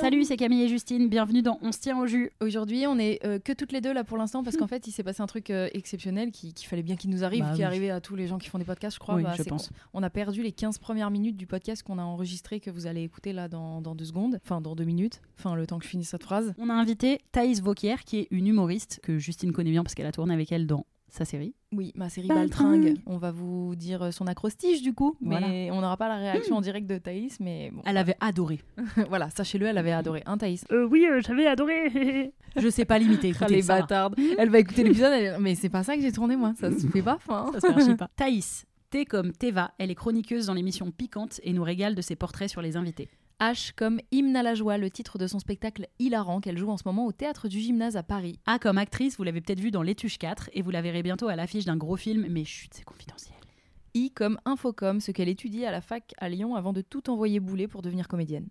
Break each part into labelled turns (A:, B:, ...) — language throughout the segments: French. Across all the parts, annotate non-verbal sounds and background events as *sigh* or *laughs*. A: Salut, c'est Camille et Justine. Bienvenue dans On se tient au jus.
B: Aujourd'hui, on est euh, que toutes les deux là pour l'instant parce qu'en fait, il s'est passé un truc euh, exceptionnel qui- qu'il fallait bien qu'il nous arrive,
A: Hmm. Bah
B: qui
A: oui.
B: est arrivé à tous les gens qui font des podcasts, je crois.
A: Oui,
B: Bah,
A: je
B: c'est
A: pense.
B: qu'on- On a perdu les 15 premières minutes du podcast qu'on a enregistré que vous allez écouter là dans, dans deux secondes, enfin dans deux minutes, enfin le temps que je finisse cette phrase.
A: On a invité Thaïs Vauquier, qui est une humoriste que Justine connaît bien parce qu'elle a tourné avec elle dans sa série.
B: Oui, ma
A: Bah,
B: série
A: Baltringue.
B: Baltringue. On va vous dire euh, son acrostiche du coup, mais
A: Voilà. Hmm.
B: on n'aura pas la réaction en direct de Thaïs, mais bon.
A: Elle avait adoré.
B: *laughs* voilà, sachez-le, elle avait adoré. Hein, Thaïs
C: oui, j'avais adoré.
A: *laughs* Je sais pas l'imiter.
B: Ah,
A: écoutez
B: les
A: ça.
B: bâtardes. Elle va écouter l'épisode, elle- mais c'est pas ça que j'ai tourné moi,
A: *laughs*
B: ça se fait pas. enfin.
A: Ça se fait
B: *laughs*
A: archi pas. Thaïs, T comme Teva, elle est chroniqueuse dans l'émission Piquante et nous régale de ses portraits sur les invités.
B: H comme Hymne à la joie, le titre de son spectacle hilarant qu'elle joue en ce moment au théâtre du gymnase à Paris.
A: A Ah, comme actrice, vous l'avez peut-être vue dans L'étuche 4 et vous la verrez bientôt à l'affiche d'un gros film, mais chut, c'est confidentiel.
B: I comme Infocom, ce qu'elle étudie à la fac à Lyon avant de tout envoyer bouler pour devenir comédienne.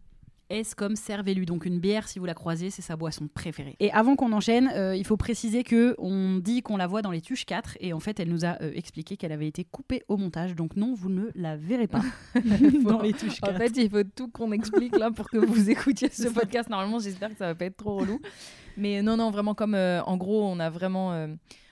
A: S comme servez-lui donc une bière si vous la croisez, c'est sa boisson préférée. Et avant qu'on enchaîne, euh, il faut préciser que on dit qu'on la voit dans les Tuches 4 et en fait elle nous a euh, expliqué qu'elle avait été coupée au montage, donc non vous ne la verrez *laughs* pas dans les Tuches 4.
B: En fait, il faut tout qu'on explique là pour que *laughs* vous écoutiez ce podcast. Normalement, j'espère que ça va pas être trop relou. Mais non, non, vraiment comme euh, en gros, on a vraiment, euh,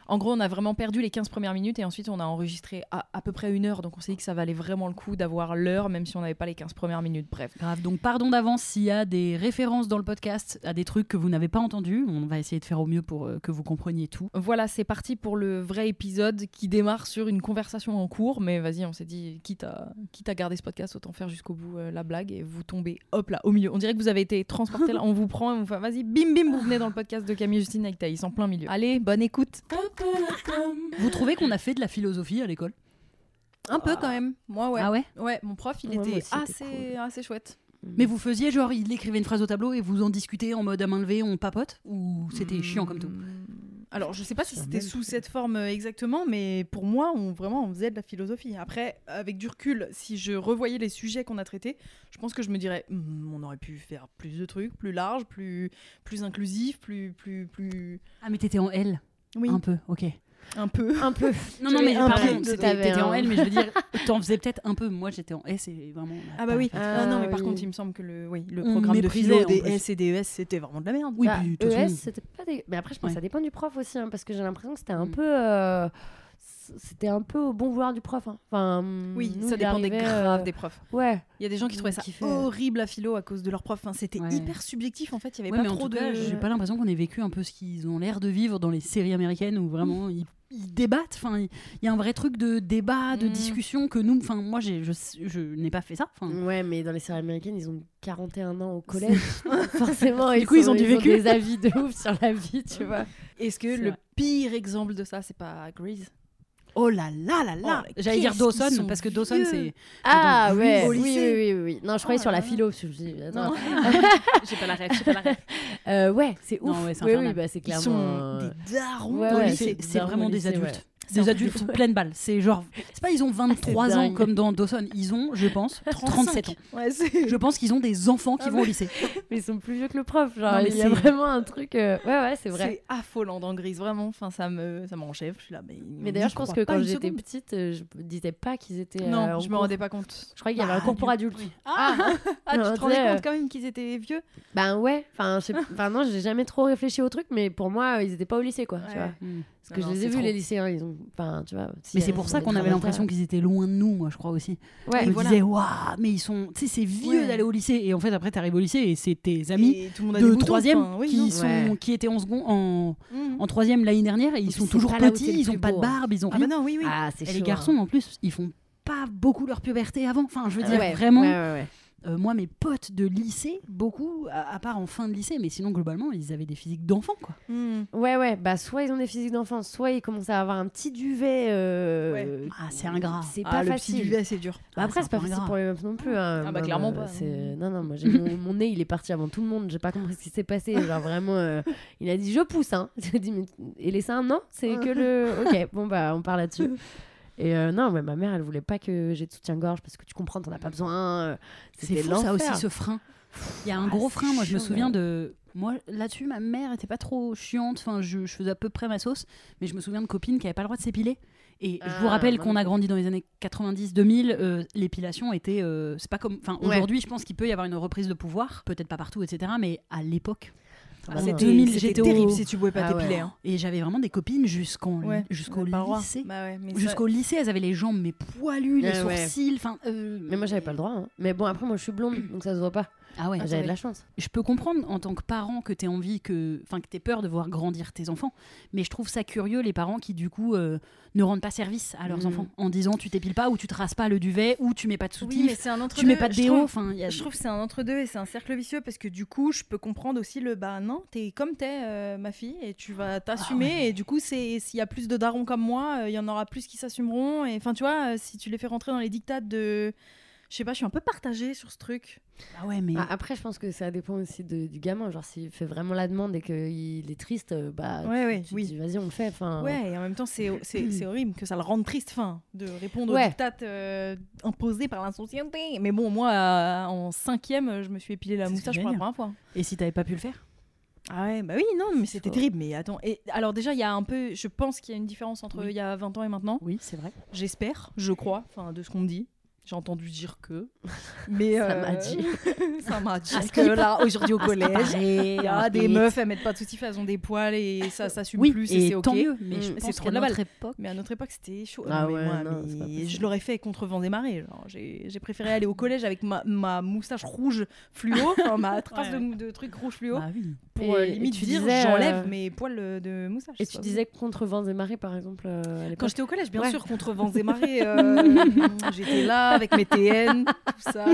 B: en gros, on a vraiment perdu les 15 premières minutes et ensuite on a enregistré à, à peu près une heure. Donc on s'est dit que ça valait vraiment le coup d'avoir l'heure, même si on n'avait pas les 15 premières minutes. Bref.
A: Grave, donc pardon d'avance s'il y a des références dans le podcast à des trucs que vous n'avez pas entendus, on va essayer de faire au mieux pour euh, que vous compreniez tout.
B: Voilà, c'est parti pour le vrai épisode qui démarre sur une conversation en cours. Mais vas-y, on s'est dit, quitte à, quitte à garder ce podcast, autant faire jusqu'au bout euh, la blague et vous tombez, hop là, au milieu. On dirait que vous avez été transporté là, on vous prend, et on vous fait, vas-y, bim bim, vous venez dans le podcast de Camille Justine avec Thaïs en plein milieu. Allez, bonne écoute.
A: Vous trouvez qu'on a fait de la philosophie à l'école
B: Un peu quand même, moi
A: Ah ouais
B: Ouais, mon prof, il
C: Ouais, moi
B: était
C: aussi,
B: assez,
C: c'était
B: assez chouette.
A: Mais vous faisiez genre il écrivait une phrase au tableau et vous en discutez en mode à main levée, on papote ou c'était
B: Hmm.
A: chiant comme tout
B: Alors, je sais pas si
C: C'est la
B: c'était
C: même
B: sous cette forme euh, exactement, mais pour moi, on, vraiment, on faisait de la philosophie. Après, avec du recul, si je revoyais les sujets qu'on a traités, je pense que je me dirais, Hmm, on aurait pu faire plus de trucs, plus large, plus, plus inclusif, plus, plus, plus,
A: Ah mais t'étais en L
B: oui,
A: un peu, OK.
B: un peu.
C: Un peu.
A: Non, non, mais
C: Un
A: pardon,
C: peu.
A: c'était-
C: T'avais
A: t'étais en
C: un-
A: L, mais je veux
B: *laughs*
A: dire, t'en faisais peut-être un peu. Moi, j'étais en S et vraiment. on a
B: Ah bah
A: pas
B: oui.
A: fait.
C: Ah,
B: Ah non, mais par
C: oui.
B: contre, il me semble que le, oui, le
A: On
B: programme de
A: méprisait,
B: philo
A: Mmh, en
B: des
A: plus.
B: S et des ES, c'était vraiment de la merde.
A: Oui,
C: Bah,
A: puis, de toute
C: ES,
A: façon-
C: c'était pas des... Mais après, je pense
A: Ouais.
C: que ça dépend du prof aussi, hein, parce que j'ai l'impression que c'était un
A: Mm.
C: peu. euh, c- C'était un peu au bon vouloir du prof. hein. Enfin,
A: Mmh,
C: mm,
B: Oui,
C: nous,
B: ça
C: il
B: dépend des
C: arrivait,
B: graves
C: euh,
B: des profs.
C: Ouais.
B: Il y a des gens qui trouvaient ça
C: Qui fait-
B: horrible la philo à cause de leur prof. Enfin, c'était
A: euh, Ouais.
B: hyper subjectif en fait. Il y avait
A: Ouais,
B: pas
A: mais en
B: trop
A: tout
B: de.
A: cas, j'ai pas l'impression qu'on ait vécu un peu ce qu'ils ont l'air de vivre dans les séries américaines où vraiment ils, ils débattent. Enfin, il il y a un vrai truc de débat, de
B: Mm.
A: discussion que nous, enfin, moi, j'ai- je, je n'ai pas fait ça. Enfin,
B: Hmm.
C: Ouais, mais dans les séries américaines, ils ont 41 ans au *laughs* collège. Forcément,
A: Du coup, ils ont du vécu. Mm.
C: des avis de ouf sur la vie, tu vois.
B: Est-ce que
A: C'est
B: le
A: vrai.
B: pire exemple de ça, c'est pas Grease
A: oh là là là là.
B: Oh, mais
A: J'allais dire
B: qu'est-ce qu'ils
A: Dawson
B: sont
A: parce que Dawson,
B: vieux.
A: c'est
C: Ah
A: oui,
C: ouais,
A: au
C: oui, oui,
B: lycée.
C: oui, oui. Non, je croyais
A: Oh
C: sur
A: là
C: la
A: là.
C: philo. parce que je me dis, attends.
A: Non. *laughs* j'ai pas la rêve, j'ai pas la rêve.
C: Euh, ouais, c'est
A: Non,
C: ouf.
A: ouais, c'est
C: oui,
A: infernal.
C: oui, bah, c'est
B: Ils
C: clairement.
B: sont
C: euh,
B: des darons.
C: Ouais,
B: au
C: ouais,
B: lycée.
A: c'est c'est
C: dans
A: vraiment
C: le
A: des
C: lycée, ouais. Ah,
A: adultes. Des adultes pleine balle. C'est genre, c'est pas ils ont 23 ans
C: dingue. Ah,
A: comme dans Dawson. Ils ont, je pense, 37 ans.
B: Ouais, c'est- *laughs*
A: Je pense qu'ils ont des enfants qui
B: Ah
A: vont au lycée.
C: Mais ils sont plus vieux que le prof. Genre,
A: Non, mais
C: il y
A: c'est-
C: a vraiment un truc. euh, Ouais, ouais, c'est vrai.
B: C'est affolant dans Grease, vraiment. Enfin, ça me, ça m'enchève. Je suis là, mais.
C: Mais d'ailleurs, je pense que quand j'étais
B: petite,
C: petite, euh, je me disais pas qu'ils étaient. euh,
B: non,
C: en
B: je me
C: cours.
B: rendais pas compte.
C: Je croyais qu'il y avait
A: Ah,
C: un cours pour
A: du-
C: adultes.
B: Ah, ah,
C: Non,
B: *laughs* tu te
C: tu
B: rendais
C: sais,
B: compte quand même qu'ils étaient vieux
C: *laughs* Ben ouais. Enfin, je sais- enfin, non, j'ai jamais trop réfléchi au truc, mais pour moi, euh, ils étaient pas au lycée, quoi. tu
B: Ouais.
C: vois.
A: Mm.
C: Parce que
B: Non,
C: je
B: non,
C: les ai
B: c'est
C: vus,
B: trop.
C: les lycéens. Ils ont. Enfin, tu vois. si,
A: Mais
C: euh,
A: c'est
C: ils
A: pour
C: ont
A: ça
C: des
A: qu'on avait
C: traumas,
A: l'impression qu'ils étaient loin de nous, moi, je crois aussi.
C: Ouais.
A: On
B: Et
A: me
B: voilà.
A: disait, waouh, mais ils sont. Tu sais, c'est vieux
B: Ouais.
A: d'aller au lycée. Et en fait, après, t'arrives au lycée et c'est tes amis
B: Et tout le monde a des
A: de
B: boutons,
A: troisième
B: enfin, oui, non.
A: qui sont
C: Ouais.
A: qui étaient en second en
B: Mhm.
A: en troisième l'année dernière et ils
C: puis,
A: sont
C: c'est
A: toujours
C: pas là où
A: petits
C: t'es le
A: ils ont
C: plus
A: pas de
C: beau, hein.
A: barbe ils ont
B: Ah bah
A: rien
B: non, oui, oui.
C: Ah, c'est
A: et
C: chaud,
A: les
C: hein. Ah
A: garçons en plus ils font pas beaucoup leur puberté avant enfin je veux dire
C: Ouais,
A: vraiment
C: ouais, ouais, ouais.
A: Euh, moi, mes potes de lycée, beaucoup, à, à part en fin de lycée, mais sinon, globalement, ils avaient des physiques d'enfants, quoi.
B: Mm.
C: Ouais, ouais, bah soit ils ont des physiques d'enfants, soit ils commencent à avoir un petit duvet. euh,
A: Ah, c'est ingrat.
C: C'est
B: Ah,
C: pas
B: le
C: facile.
B: petit duvet, c'est dur.
C: Bah
A: Ah,
C: après,
A: c'est
C: c'est pas
A: un peu
C: facile
A: ingrat.
C: pour les meufs non plus. hein.
D: Ah bah,
C: Moi,
D: clairement
C: moi,
D: pas.
C: c'est- Non, non, moi, j'ai- mon, mon nez, il est parti avant tout le monde. J'ai pas compris ce qui s'est passé. Genre, vraiment, euh, il a dit je pousse. Hein. *laughs* J'ai dit, mais- Et les seins, non C'est que
A: *laughs*
C: le. Ok, bon, bah, on parle là-dessus. Et euh, non, mais ma mère, elle voulait pas que j'ai de soutien-gorge parce que tu comprends, t'en as pas besoin. euh,
A: C'est
C: c'était
A: fou ça
C: l'enfer.
A: aussi, ce frein. Il y a un
C: Ah,
A: gros
C: c'est
A: frein. Moi, je me
C: chaud,
A: souviens
C: ouais.
A: de. Moi, là-dessus, ma mère était pas trop chiante. Enfin, je, je faisais à peu près ma sauce. Mais je me souviens de copines qui n'avaient pas le droit de s'épiler. Et je vous
C: Ah,
A: rappelle
C: moi
A: qu'on
C: non
A: a
C: plus.
A: grandi dans les années 90-2000. L'épilation était. euh, c'est pas comme. Enfin,
C: Ouais.
A: aujourd'hui, je pense qu'il peut y avoir une reprise de pouvoir. Peut-être pas partout, etc. Mais à l'époque. Bah,
C: Ah,
A: en
C: c'était-
A: 2000,
B: c'était
A: j'étais au-
B: terrible si tu pouvais pas
C: Ah ouais.
B: t'épiler. hein.
A: Et j'avais vraiment des copines jusqu'en
B: Ouais,
A: jusqu'au
B: on a pas le droit.
A: lycée.
B: Bah ouais, mais ça-
A: Jusqu'au lycée, elles avaient les jambes mais poilues, les
C: Ah ouais.
A: sourcils. Enfin. euh,
C: Mais moi, j'avais pas le droit. hein. Mais bon, après, moi, je suis blonde, donc ça se voit pas.
A: Ah ouais.
C: J'avais de la chance.
A: je peux comprendre en tant que parent que t'aies envie que, enfin que t'aies peur de voir grandir tes enfants, mais je trouve ça curieux les parents qui du coup euh, ne rendent pas service à leurs
C: Mhm.
A: enfants en disant tu t'épiles pas ou tu te rases pas le duvet ou tu mets pas de
B: Mm. Oui,
A: soutif,
B: mais c'est un entre
A: tu mets pas de déo, enfin il y a-
B: Je trouve que c'est un entre-deux et c'est un cercle vicieux parce que du coup, je peux comprendre aussi le bah non, t'es comme t'es, euh, ma fille, et tu vas t'assumer.
A: Ah, ouais.
B: Et du coup, c'est s'il y a plus de darons comme moi, euh, il y en aura plus qui s'assumeront. Et enfin, tu vois, euh, si tu les fais rentrer dans les dictats de. Je sais pas, je suis un peu partagée sur ce truc.
A: Ah ouais mais
C: Ah, après, je pense que ça dépend aussi de- du gamin. Genre, s'il fait vraiment la demande et qu'il est triste, euh, bah,
A: Ah,
B: Ouais, ouais,
C: tu, tu
B: oui.
C: dis vas-y, on le fait. Enfin,
B: Ouais, et en même temps, c'est
A: *clears throat*
B: c'est- c'est horrible que ça le rende triste, enfin, de répondre aux
C: Ouais.
B: dictats euh, imposés par l'insoucianté. Mais bon, moi, à- en cinquième, je me suis épilé
A: C'est
B: la
A: ce que
B: moustache
A: j'allais
B: pour la
A: dire.
B: première fois.
A: et si t'avais pas pu le faire
B: Ah ouais, bah oui, non, mais c'était
C: Faut-
B: terrible. Mais attends, et alors déjà, il y a un peu, je pense qu'il y a une différence entre
A: Oui.
B: il y a 20 ans et maintenant.
A: Oui c'est vrai.
B: J'espère, je crois, enfin, de ce qu'on me dit. J'ai entendu dire que. Mais
C: Ça
B: euh,
C: m'a dit.
B: *laughs* ça m'a dit
A: À ce
B: que
A: qui
B: là, aujourd'hui au
A: Ah,
B: collège,
A: Pareil,
B: il y a Ah, des meufs, elles mettent pas de soutif, elles ont des poils et ça s'assume
A: Oui
B: plus et
A: et
B: c'est ok.
A: tant mieux mais je
B: Mm.
A: pense
B: C'est trop
A: qu'à
B: de la
A: notre
B: balle.
A: époque
B: Mais à notre époque, c'était chaud.
C: Ah
B: Non, mais
C: ouais,
B: moi,
C: non,
B: mais
C: c'est pas possible.
B: je l'aurais fait contre vent des marées. genre. J'ai j'ai préféré aller au collège avec ma, ma moustache rouge fluo, enfin, ma trace
A: Ouais.
B: de, de truc rouge fluo,
A: Bah oui.
B: pour euh,
C: Et- et
B: limite
C: tu
B: dire
C: disais,
B: j'enlève
C: euh,
B: mes poils euh, de moustache.
C: Et
B: c'est
C: tu
B: pas
C: disais que contre vents et marées, par exemple, euh, à
B: Quand
C: l'époque.
B: j'étais au collège, bien
C: Ouais.
B: sûr, contre vents
A: *laughs*
B: et marées, euh, j'étais là avec mes TN, tout ça,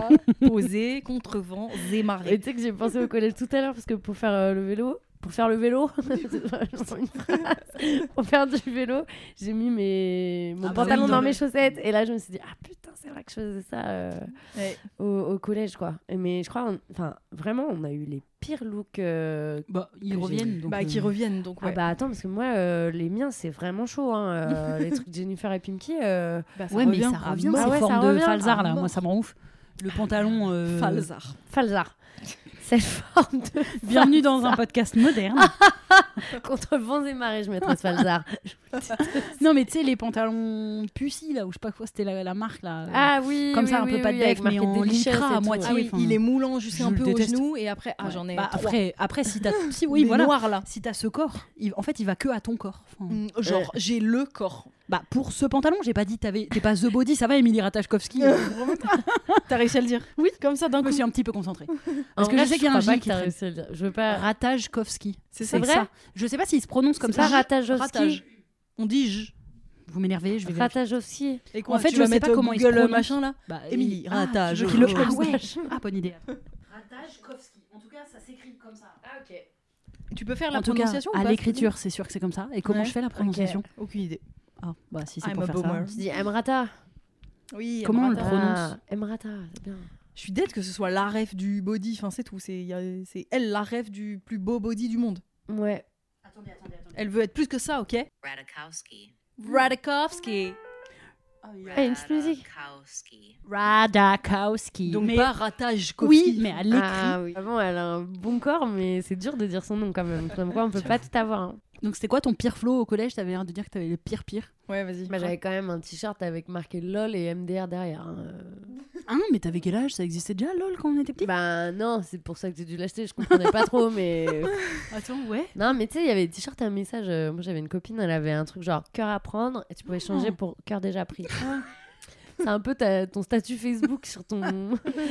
B: posé, contre vents et
C: Et
B: marées.
C: tu sais que j'ai pensé au collège tout à l'heure parce que pour faire euh, le vélo, pour faire le vélo, *laughs* c'est vraiment une phrase. pour faire du vélo, j'ai mis mes mon
A: Ah, bah
C: pantalon
A: oui.
C: dans mes chaussettes et là je me suis dit ah putain c'est vrai que je faisais ça euh,
B: Ouais.
C: au, au collège quoi. Et Mais je crois on- enfin vraiment on a eu les pires looks. euh,
A: Bah ils
C: J'ai-
A: reviennent donc.
B: bah, qui
A: euh,
B: reviennent, donc ouais.
C: Ah bah attends parce que moi euh, les miens c'est vraiment chaud hein, euh,
B: *laughs*
C: les trucs de Jennifer et Pimki. euh,
B: Bah,
A: Ouais mais ça revient
C: Ah
A: ces
C: ouais, ça
A: formes de
C: revient.
A: falzar
C: Ah,
A: là
C: mort.
A: moi ça me rend ouf. Le pantalon. euh,
B: Falzar. *laughs*
C: Falzar. Cette forme de
A: Bienvenue dans un podcast moderne.
C: contre vents et marées, je mettrais ce Falzar.
A: *laughs* Non, mais tu sais, les pantalons pucis, là, ou je sais pas quoi, c'était la, la marque, là.
C: Ah oui,
A: Comme
C: oui,
A: ça, un
C: oui,
A: peu
C: oui,
A: pas de
C: avec
A: bec, mais
C: marqué
A: en
C: Delicious
A: lycra à
C: et tout,
A: moitié.
B: Ah oui,
A: enfin,
B: il est moulant
A: je
B: jusqu'à un
A: le
B: peu au
A: déteste.
B: genou, et après, ah,
A: Ouais.
B: j'en ai
A: Bah,
B: trois.
A: après, après, si t'as si, oui,
B: Des
A: voilà.
B: noirs, là.
A: Si t'as ce corps, il- en fait, il va que à ton corps. Enfin,
B: Mm, Genre, j'ai le corps.
A: Bah, pour ce pantalon, j'ai pas dit, t'avais- t'es pas The Body, ça va, Émilie Ratajkowski. euh,
B: T'as réussi à le dire Oui. Comme ça, d'un
A: je me
B: coup.
A: suis un petit peu concentrée.
C: Parce
A: que je sais qu'il y a un J qui traîne.
C: Je veux pas.
A: Ratajkowski.
B: C'est
C: ça. Euh, vrai
A: ça. Je sais pas s'il se prononce comme
C: Ah, Comme
A: ça.
C: ça, Ratajowski.
B: Ratage. On dit je.
A: Vous m'énervez, je vais vérifier.
C: Ratajowski.
B: Et
A: En fait,
B: tu
A: je
B: vas
A: sais
B: mettre
A: pas
B: au
A: comment il se
B: Google, euh,
A: prononce.
B: machin là.
A: Bah,
B: Émilie
A: ah,
B: Ratajkowski.
A: je veux qu'il le
B: Ah
A: prononce.
C: ouais.
A: Ah, bonne idée. Ratajkowski. En tout cas, ça s'écrit comme ça.
B: Tu peux faire la
A: En tout cas,
B: prononciation ou
A: à
B: pas,
A: l'écriture, c'est sûr que c'est comme ça. Et comment
B: Ouais.
A: je fais la prononciation
B: Aucune idée.
A: Ah, bah si c'est
B: I'm
A: pour
B: a
A: faire ça.
B: boomer.
C: Je dis Emrata.
B: Oui.
A: Comment on le
B: Amrata.
A: prononce
C: Ah, Emrata, c'est bien.
B: Je suis dead que ce soit la ref du body, enfin c'est tout, c'est y a- c'est elle la ref du plus beau body du monde.
C: Ouais.
A: Attendez, attendez, attendez.
B: Elle veut être plus que ça, ok
E: Radakowski.
B: Radakowski. Oh,
C: Ah, il y a une petite musique.
E: Radakowski.
A: Radakowski.
B: Donc
A: mais...
B: pas Ratajkowski.
A: Oui, mais à l'écrit.
C: Ah oui. Ah bon, elle a un bon corps, mais c'est dur de dire son nom quand même. Comme quoi, on *laughs* peut pas tout avoir. hein.
A: Donc c'était quoi ton pire flow au collège T'avais l'air de dire que t'avais le pire pire.
B: Ouais, vas-y.
C: Bah, J'avais quand même un t-shirt avec marqué LOL et MDR derrière. hein.
A: Hein Mais t'avais quel âge Ça existait déjà, lol, quand on était petit
C: Bah non, c'est pour ça que j'ai dû l'acheter. Je comprenais pas trop, *laughs* mais
A: Attends,
B: *laughs*
A: ouais.
C: Non, mais tu sais, il y avait des t-shirts à un message. euh, moi, j'avais une copine, elle avait un truc genre cœur à prendre et tu pouvais changer pour cœur déjà pris. C'est un peu ta- ton statut Facebook sur *laughs* ton.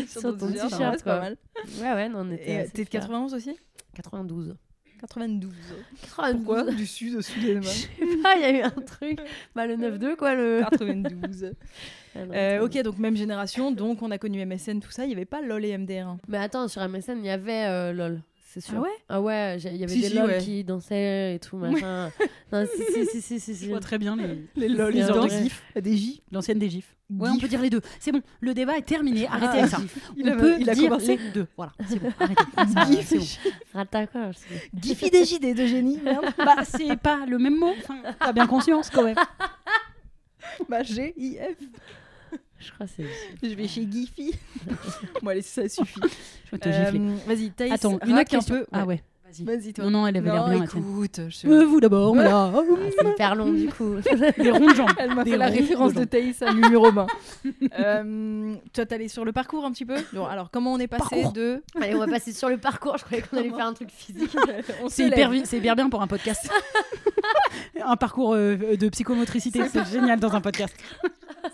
C: sur ton
B: Ouais,
C: t-shirt,
B: c'est
C: quoi.
B: pas mal. euh,
C: euh, Ouais, ouais, non, on était.
B: Et
C: assez
B: t'es de
C: fiers.
B: 91 aussi
C: 92.
B: 92.
C: Pourquoi Bah.
F: Du sud au sud de
C: *laughs*
B: *laughs*
C: Je sais pas, il y a eu un truc. Bah, le 9-2, quoi. Le...
F: 92.
C: Ah non,
F: Euh,
C: attends.
F: ok.
B: Ok, donc même génération, donc on a connu MSN, tout ça, il n'y avait pas LOL et MDR.
C: Mais attends, sur MSN, il y avait euh, LOL. C'est sûr.
B: Ah ouais
C: Ah ouais, j'ai- il y avait
B: Si,
C: des
B: si,
C: LOL
B: ouais.
C: qui dansaient et tout, machin. non, si, si, si, *laughs* si, si. si.
A: Je vois très bien les,
B: Les
C: lol,
A: les
C: ils
A: gens
C: ont
A: de
C: des
A: GIF,
B: des J.
A: l'ancienne des GIFs. Ouais, on
B: GIF.
A: peut dire les deux. C'est bon, le débat est terminé. Arrêtez avec ça.
B: Il
A: on
B: a-
A: peut
B: il a
A: dire
B: commencé.
A: les deux. Voilà, c'est bon. Arrêtez. Ça,
B: GIF.
A: c'est bon.
C: Rata quoi je sais
B: *laughs* Giphy des JD de génie, merde.
A: Bah, c'est pas le même mot. Enfin, T'as bien conscience quand même.
B: *laughs* Bah, G-I-F.
C: pas. Je crois que *laughs* c'est.
B: Je vais chez Giphy. bon, allez, ça suffit.
A: Je vais te gifler.
B: Euh, Vas-y, Thaïs.
A: Attends, une autre
B: raque un
A: question.
B: peu.
A: Ah ouais. Vas-y.
B: Vas-y, toi.
A: Non, non, elle avait l'air
F: Non,
A: bien. Étienne.
F: écoute, je sais
A: Euh, vous d'abord, voilà.
C: Ah, c'est hyper long du *laughs* coup.
A: Des ronds de *laughs* jambes.
B: *laughs* Elle m'a
A: Des
B: fait la
A: ronds
B: référence de
A: jambes.
B: Thaïs
A: *laughs*
B: à Mimi Robin. euh, toi, t'es allé sur le parcours un petit peu Bon, Alors, comment on est passé
A: Parcours.
B: de. *laughs*
C: allez, on va passer sur le parcours. Je croyais qu'on allait faire un truc physique.
B: On
A: C'est
B: se
A: hyper,
B: lève.
A: vi- c'est hyper bien pour un podcast. *laughs* un parcours euh, de psychomotricité, c'est génial dans un podcast.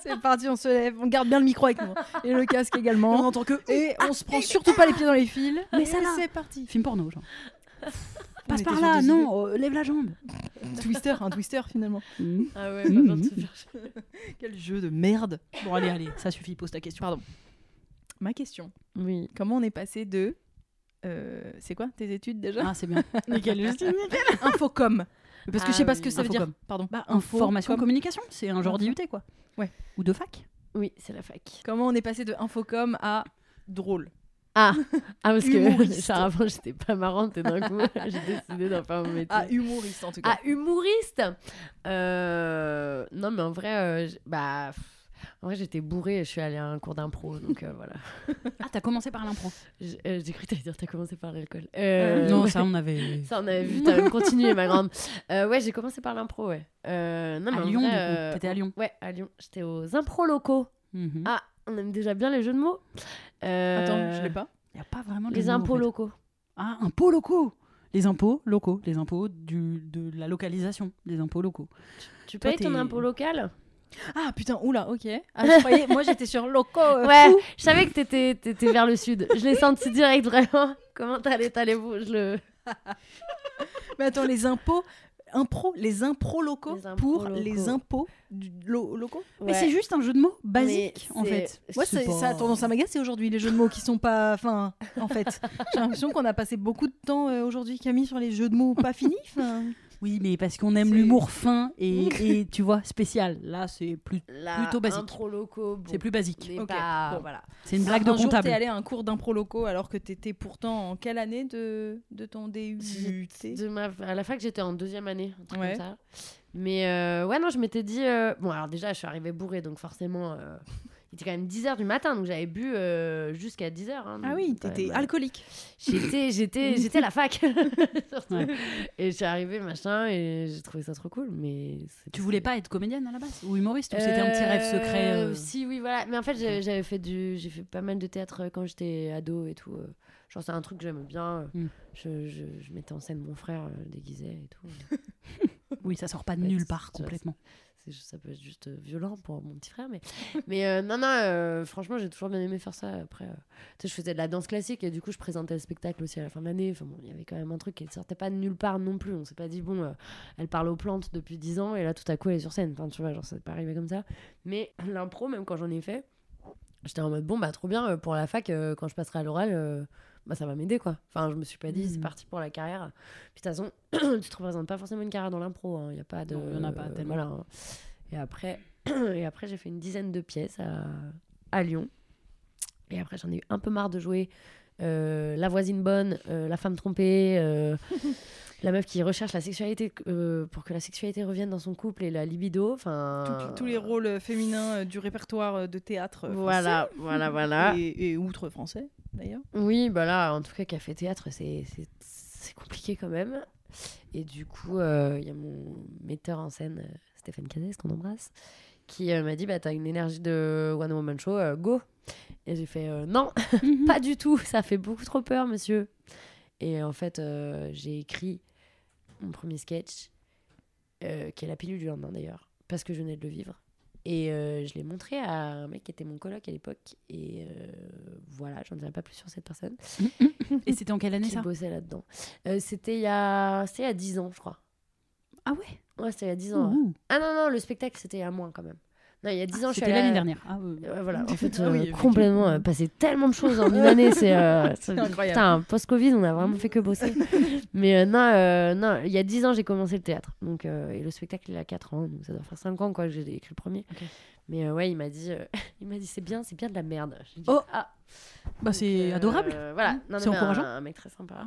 B: C'est parti, on se lève. On garde bien le micro avec nous. hein. Et le casque
A: On
B: également.
A: n'entend que
B: Et on se prend surtout pas les pieds dans les fils.
A: Mais
B: Et
A: ça va.
B: c'est parti.
A: film porno, genre. Passe
B: était
A: par
B: sur
A: là,
B: des
A: non, euh, lève la jambe.
B: Twister, un twister
A: *laughs*
B: finalement.
A: Mm.
C: Ah ouais,
A: pas besoin de se
B: Quel jeu de merde.
A: Bon, allez, allez, ça suffit, pose ta question. Pardon.
B: Ma question.
C: Oui.
B: Comment on est passé de. euh, c'est quoi tes études déjà
A: Ah, c'est bien. *laughs* Nickel, juste nickel.
B: *laughs* Infocom. Parce que
C: Ah
B: je sais pas
C: oui.
B: ce que ça veut dire.
A: Infocom.
B: Pardon.
A: Bah, information
B: Infocom.
A: communication, c'est un genre d'IUT, quoi.
B: Ouais.
A: Ou de fac.
C: Oui, c'est la fac.
B: Comment on est passé de infocom à drôle
C: Ah, parce que
B: Humoriste.
C: genre avant, j'étais pas marrante et d'un coup, *laughs* j'ai décidé d'en faire mon métier.
B: À humoriste en tout cas.
C: Ah, humoriste Euh, Non, mais en vrai, euh, j- bah, pff, en vrai, j'étais bourrée et je suis allée à un cours d'impro, donc euh, voilà.
A: Ah, t'as commencé par l'impro.
C: J- euh, J'ai cru que t'allais dire t'as commencé par l'alcool. Euh,
A: non,
C: ouais.
A: ça, on avait.
C: Ça, on avait vu, t'as même continué, ma grande. Euh, ouais, j'ai commencé par l'impro, ouais. Euh, non, mais
A: À
C: en
A: Lyon,
C: vrai,
A: du coup.
C: euh,
A: T'étais à Lyon.
C: Ouais, à Lyon. J'étais aux impro locaux.
A: Mhm.
C: Ah, On aime déjà bien les jeux de mots. Euh,
B: Attends, je l'ai pas.
A: Y a pas vraiment de
C: Les
A: mots, en
C: impôts
A: fait.
C: locaux.
A: Ah, impôts locaux Les impôts locaux, les impôts du, de la localisation, les impôts locaux.
C: Tu
A: Toi,
C: payes ton
A: t'es-
C: impôt local
B: Ah putain, oula, ok. Ah,
C: *laughs*
B: je croyais- moi j'étais sur loco. euh,
C: Ouais,
B: fou.
C: je savais que t'étais, t'étais vers le sud. Je l'ai senti direct, vraiment. Comment t'allais, t'allais vous Je le...
B: Mais attends, les impôts, impro, les impros locaux
C: Les impros
B: pour
C: locaux.
B: les impôts du- lo- locaux.
A: Mais c'est juste un jeu de mots basique,
C: Mais
A: en
C: c'est-
A: fait.
B: Moi, c'est- ça a tendance à m'agacer aujourd'hui, les jeux de mots qui sont pas. Enfin, en fait, j'ai l'impression qu'on a passé beaucoup de temps euh, aujourd'hui, Camille, sur les jeux de mots pas finis. enfin.
A: Oui, mais parce qu'on aime
B: C'est-
A: l'humour fin
C: *laughs*
A: et, et, tu vois, spécial. Là, c'est plus,
C: Là,
A: plutôt basique.
C: impro locaux, bon,
A: c'est plus basique.
C: mais bah,
B: Ok,
C: pas-
B: bon.
C: voilà.
A: C'est une blague de
B: un jour,
A: comptable.
B: t'es allé à un cours d'impro locaux alors que t'étais pourtant en quelle année de, de ton DUT
C: De ma... À la fac, j'étais en deuxième année, un truc
B: Ouais.
C: comme ça. Mais euh, ouais, non, je m'étais dit... euh, Bon, alors déjà, je suis arrivée bourrée, donc forcément... euh, Il était quand même 10h du matin, donc j'avais bu euh, jusqu'à 10h.
B: Ah oui, t'étais
C: euh,
B: alcoolique.
C: J'étais,
A: *laughs*
C: j'étais, j'étais à la fac. *laughs* surtout.
A: Ouais.
C: Et je suis arrivée, machin, et j'ai trouvé ça trop cool. Mais c'est-
A: Tu voulais pas être comédienne à la base Ou humoriste Ou c'était un petit rêve secret
C: Euh,
A: euh,
C: Si, oui, voilà. Mais en fait, j'ai- j'avais fait du, j'ai fait pas mal de théâtre euh, quand j'étais ado et tout. euh. Genre, c'est un truc que j'aimais bien. euh.
A: Mm.
C: Je, je- je mettais en scène mon frère, euh, je le déguisais et tout.
A: Oui, ça sort pas de
C: Ouais,
A: nulle
C: c'est-
A: part
C: tu vois, *laughs*
A: complètement.
C: C'est juste- ça peut être juste euh, violent pour mon petit frère, mais *laughs* mais euh, non, non. euh, franchement, j'ai toujours bien aimé faire ça. Après, euh, tu sais, je faisais de la danse classique et du coup, je présentais le spectacle aussi à la fin de l'année. Enfin bon, il y avait quand même un truc qui ne sortait pas de nulle part non plus. On s'est pas dit bon, euh, elle parle aux plantes depuis 10 ans et là, tout à coup, elle est sur scène. Enfin, tu vois, genre ça n'est pas arrivé comme ça. Mais *laughs* l'impro, même quand j'en ai fait, j'étais en mode bon, bah trop bien euh, pour la fac. euh, quand je passerai à l'oral. euh, bah, ça va m'aider quoi. Enfin, je me suis pas dit, c'est
A: Mhm.
C: parti pour la carrière. Puis de toute façon, tu te représentes pas forcément une carrière dans l'impro. Il n'y a pas de.
A: Non, y en a pas tellement.
C: Voilà. Et après, *clears throat* et après j'ai fait une dizaine de pièces à, à Lyon. Et après, j'en ai eu un peu marre de jouer euh, La voisine bonne, euh, La femme trompée,
B: *laughs*
C: euh, la meuf qui recherche la sexualité euh, pour que la sexualité revienne dans son couple et la libido. Enfin.
B: Tous- Tous les rôles euh, féminins euh, du répertoire euh, de théâtre. euh,
C: Voilà, voilà, voilà.
B: français Et, et outre français, d'ailleurs.
C: Oui, bah là, en tout cas, café théâtre, c'est c'est- c'est compliqué quand même. Et du coup, euh, il y a mon metteur en scène, euh, Stéphane Cazès, qu'on embrasse, qui euh, m'a dit bah, T'as une énergie de One Woman Show, euh, go Et j'ai fait euh, Non, *laughs* pas du tout, ça fait beaucoup trop peur, monsieur. Et en fait, euh, j'ai écrit mon premier sketch, euh, qui est la pilule du lendemain d'ailleurs, parce que je venais de le vivre. Et euh, je l'ai montré à un mec qui était mon coloc à l'époque. Et euh, voilà, j'en dirai pas plus sur cette personne
A: Et c'était en quelle année
C: qui
A: ça
C: bossait là-dedans. Euh, c'était il, y a... c'était il y a 10 ans, je crois.
A: Ah ouais
C: Ouais, c'était il y a 10 ans. ouais. Ah non, non, le spectacle, c'était il y a moins quand même. Non, il y a 10 ans, je suis
A: C'était
C: allée. à-
A: l'année dernière. Ah, ouais, ouais.
C: Ouais, voilà, en
A: *laughs*
C: fait,
G: Ah oui,
C: euh,
G: effectivement.
C: complètement, euh, passé tellement de choses en une année, c'est
A: *laughs*
C: euh, c'est-
G: incroyable.
C: Putain, post-Covid, on a vraiment fait que bosser. Mais euh, non, euh, non, il y a 10 ans, j'ai commencé le théâtre. Donc, euh, et le spectacle, il a 4 ans, donc ça doit faire 5 ans quoi, que j'ai écrit le premier. Mais euh, ouais, il m'a dit, euh, *laughs* il m'a dit c'est bien, c'est bien de la merde. J'ai dit,
A: Oh.
C: ah.
A: Bah, c'est
C: Donc, euh,
A: adorable.
C: Voilà, Non, non,
A: C'est
C: mais un-
A: encourageant.
C: Un, mec très sympa.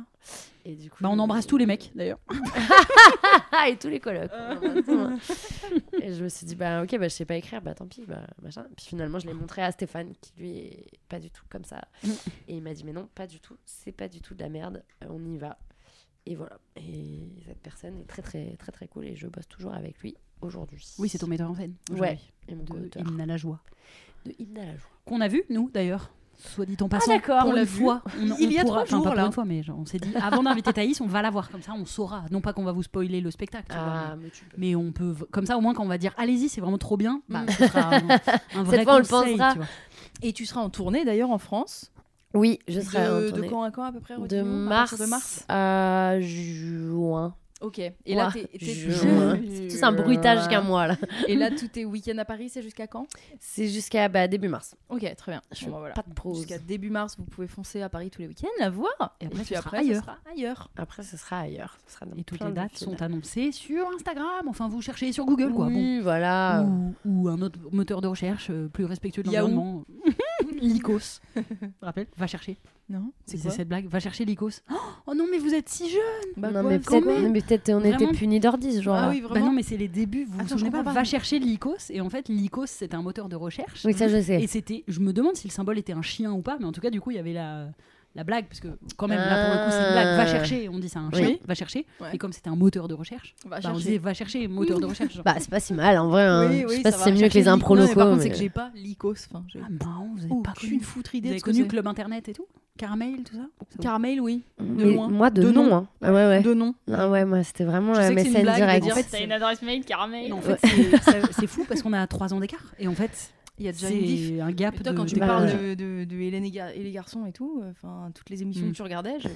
C: Et du coup,
A: Bah, on embrasse tous les mecs d'ailleurs.
C: *laughs* ah, et tous les colocs. on embrasse tout, hein. et je me suis dit, bah ok, bah, je sais pas écrire, bah tant pis, bah machin. Puis finalement, je l'ai montré à Stéphane, qui lui est pas du tout comme ça. et il m'a dit, mais non, pas du tout, c'est pas du tout de la merde, euh, on y va. Et voilà. Et cette personne est très, très, très, très cool et je bosse toujours avec lui aujourd'hui.
A: Oui, c'est ton metteur en scène.
C: Ouais,
A: aujourd'hui,
C: et mon
A: De
C: co-auteur.
A: Hymne à la joie.
C: De Hymne à la joie.
A: Qu'on a vu, nous d'ailleurs. Soit dit en passant.
C: Ah, d'accord,
A: Pour
C: on
A: la
C: l'a vu.
A: fois. On,
G: Il
A: on
G: y a
A: pourra-
G: trois
A: enfin,
G: jours,
A: pas pour
G: là.
A: une fois, mais genre, on s'est dit, avant d'inviter Thaïs, on va la voir. Comme ça, on saura. Non pas qu'on va vous spoiler le spectacle. tu vois, mais-
C: Ah, mais tu peux.
A: Mais on peut, comme ça au moins quand on va dire allez-y, c'est vraiment trop bien, bah,
B: Mm.
A: ce sera un,
C: *laughs*
A: un vrai
C: Cette fois, on le
A: conseil,
C: pensera.
A: tu vois.
B: Et tu seras en tournée d'ailleurs en France.
C: Oui, je serai en
G: De, de
C: tournée.
G: quand à quand à peu près
C: de
G: redis-nous, à
C: mars,
G: partir de mars
C: à juin.
B: Ok. Et là,
C: Ouah,
B: t'es- t'es-
C: juin. C'est tout un bruitage qu'un mois là.
B: Et là, tous tes week-ends à Paris, c'est jusqu'à quand
C: C'est jusqu'à bah, début mars.
B: Ok, très bien.
C: Je
B: Bon,
C: fais
B: bah, voilà.
C: pas de prose.
B: Jusqu'à début mars, vous pouvez foncer à Paris tous les week-ends, la voir.
A: Et après,
B: puis
A: tu seras
B: ce
A: ailleurs.
B: sera ailleurs.
C: Après, ce sera ailleurs. Ce sera dans
A: Et toutes
C: plein
A: les
C: de
A: dates
C: villes.
A: sont annoncées sur Instagram. Enfin, vous cherchez sur Google, quoi. bon.
C: Oui, Ah. voilà.
A: Ou, ou un autre moteur de recherche euh, plus respectueux de
B: Yahoo.
A: l'environnement. Lycos. Rappel Va chercher.
B: Non
A: C'est cette blague Va chercher Lycos. Oh, Oh non, mais vous êtes si jeune
C: non, mais
A: quand
C: peut-être,
A: même.
C: non, mais peut-être on
A: Vraiment.
C: était punis d'ordi ce jour-là.
G: Ah oui,
A: Bah
G: vraiment
A: non, mais c'est les débuts. Vous
G: Attends, je
A: vous souvenez pas,
G: comprends pas.
A: Va chercher Lycos. Et en fait, Lycos, c'est un moteur de recherche.
C: Oui, ça je
A: Et
C: sais.
A: c'était, je me demande si le symbole était un chien ou pas, mais en tout cas, du coup, il y avait la, la blague, parce que quand même, là pour le coup, c'est une blague. Va
B: Ah.
A: chercher, on dit ça à un chien,
C: Oui.
A: va chercher.
G: Ouais.
A: Et comme c'était un moteur de recherche,
B: Va
A: bah, on
B: chercher.
A: disait va chercher, moteur de recherche. genre.
C: Bah, c'est pas si mal en vrai. hein.
B: Oui,
C: je sais
B: oui,
C: pas
B: ça
C: si
B: va,
C: c'est mieux que
B: chercher
C: les impros
B: Lycos. Non, mais
C: locaux.
B: Par contre,
C: mais-
B: c'est que j'ai pas l'icos. Enfin, j'ai
A: ah, marrant, vous avez pas
B: aucune
A: connu.
B: foutre
A: Vous
B: idée de
A: avez
B: ce que
A: connu
B: c'est.
A: Club Internet et tout Carmail, tout ça
B: Carmel, oui.
A: Mm.
B: De
C: Mais
B: loin.
C: Moi, de,
B: De
C: nom.
B: nom.
C: hein. Ah, ouais, ouais.
B: De nom.
C: Ah, ouais, moi, c'était vraiment
B: Je
C: euh,
B: sais que c'est une
C: MSN
B: blague de
C: direct.
B: dire-
C: En fait,
B: c'est-
H: adresse mail Carmel.
A: Non, en fait, c'est- ça- c'est fou parce qu'on a 3 ans d'écart. Et en fait,
B: Il y a *laughs* déjà une diff.
A: c'est un gap
B: Mais toi,
A: de-
B: quand tu
A: de-
C: Bah,
B: parles
A: Ouais,
B: de, de- de Hélène et, Ga- et les garçons et tout, euh, enfin, toutes les émissions
A: Mm.
B: que tu regardais, je,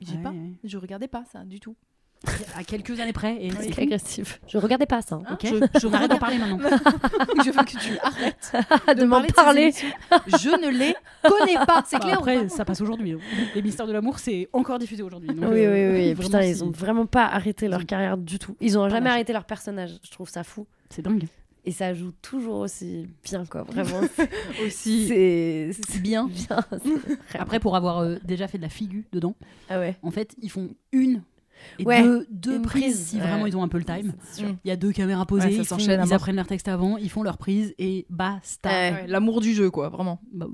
B: j'ai
A: ouais.
B: pas, je regardais pas ça du tout. *laughs*
A: À quelques années près. Et c'est
C: c'est agressif. Je regardais pas ça. hein.
A: Ok, je, on arrête d'en parler
B: *laughs*
A: maintenant.
B: je veux que tu arrêtes *laughs*
C: de m'en
B: de ces
C: parler.
B: émissions. je ne les connais pas. C'est
A: Bah,
B: clair. ou
A: après,
B: pas
A: ça passe
C: *laughs*
A: aujourd'hui. hein. Les mystères de l'amour, c'est encore diffusé aujourd'hui. donc,
C: Oui, oui,
A: euh,
C: oui. *laughs*
A: vraiment,
C: Putain, ils
A: c'est-
C: ont vraiment pas arrêté
A: Ils
C: leur
A: ont
C: carrière du tout. Ils ont jamais
A: lâché.
C: arrêté leur personnage. Je trouve ça fou.
A: C'est dingue.
C: Et ça joue toujours aussi bien, quoi. Vraiment.
B: aussi.
C: C'est
B: C'est bien.
C: bien. c'est-
A: Après, pour avoir euh, déjà fait de la figure dedans,
C: ah ouais.
A: en fait, ils font une et
C: Ouais,
A: deux, deux
C: une
A: prises
C: prise,
A: si
C: ouais.
A: vraiment ils ont un peu le time.
C: C'est sûr.
B: Mm.
A: Il y a deux caméras posées,
B: Ouais, ça
A: ils, font-
B: s'enchaîne à
A: ils
B: mort.
A: apprennent leur texte avant, ils font leur prise et basta.
C: Ouais.
B: Ouais, L'amour du jeu, quoi, vraiment.
A: Bah,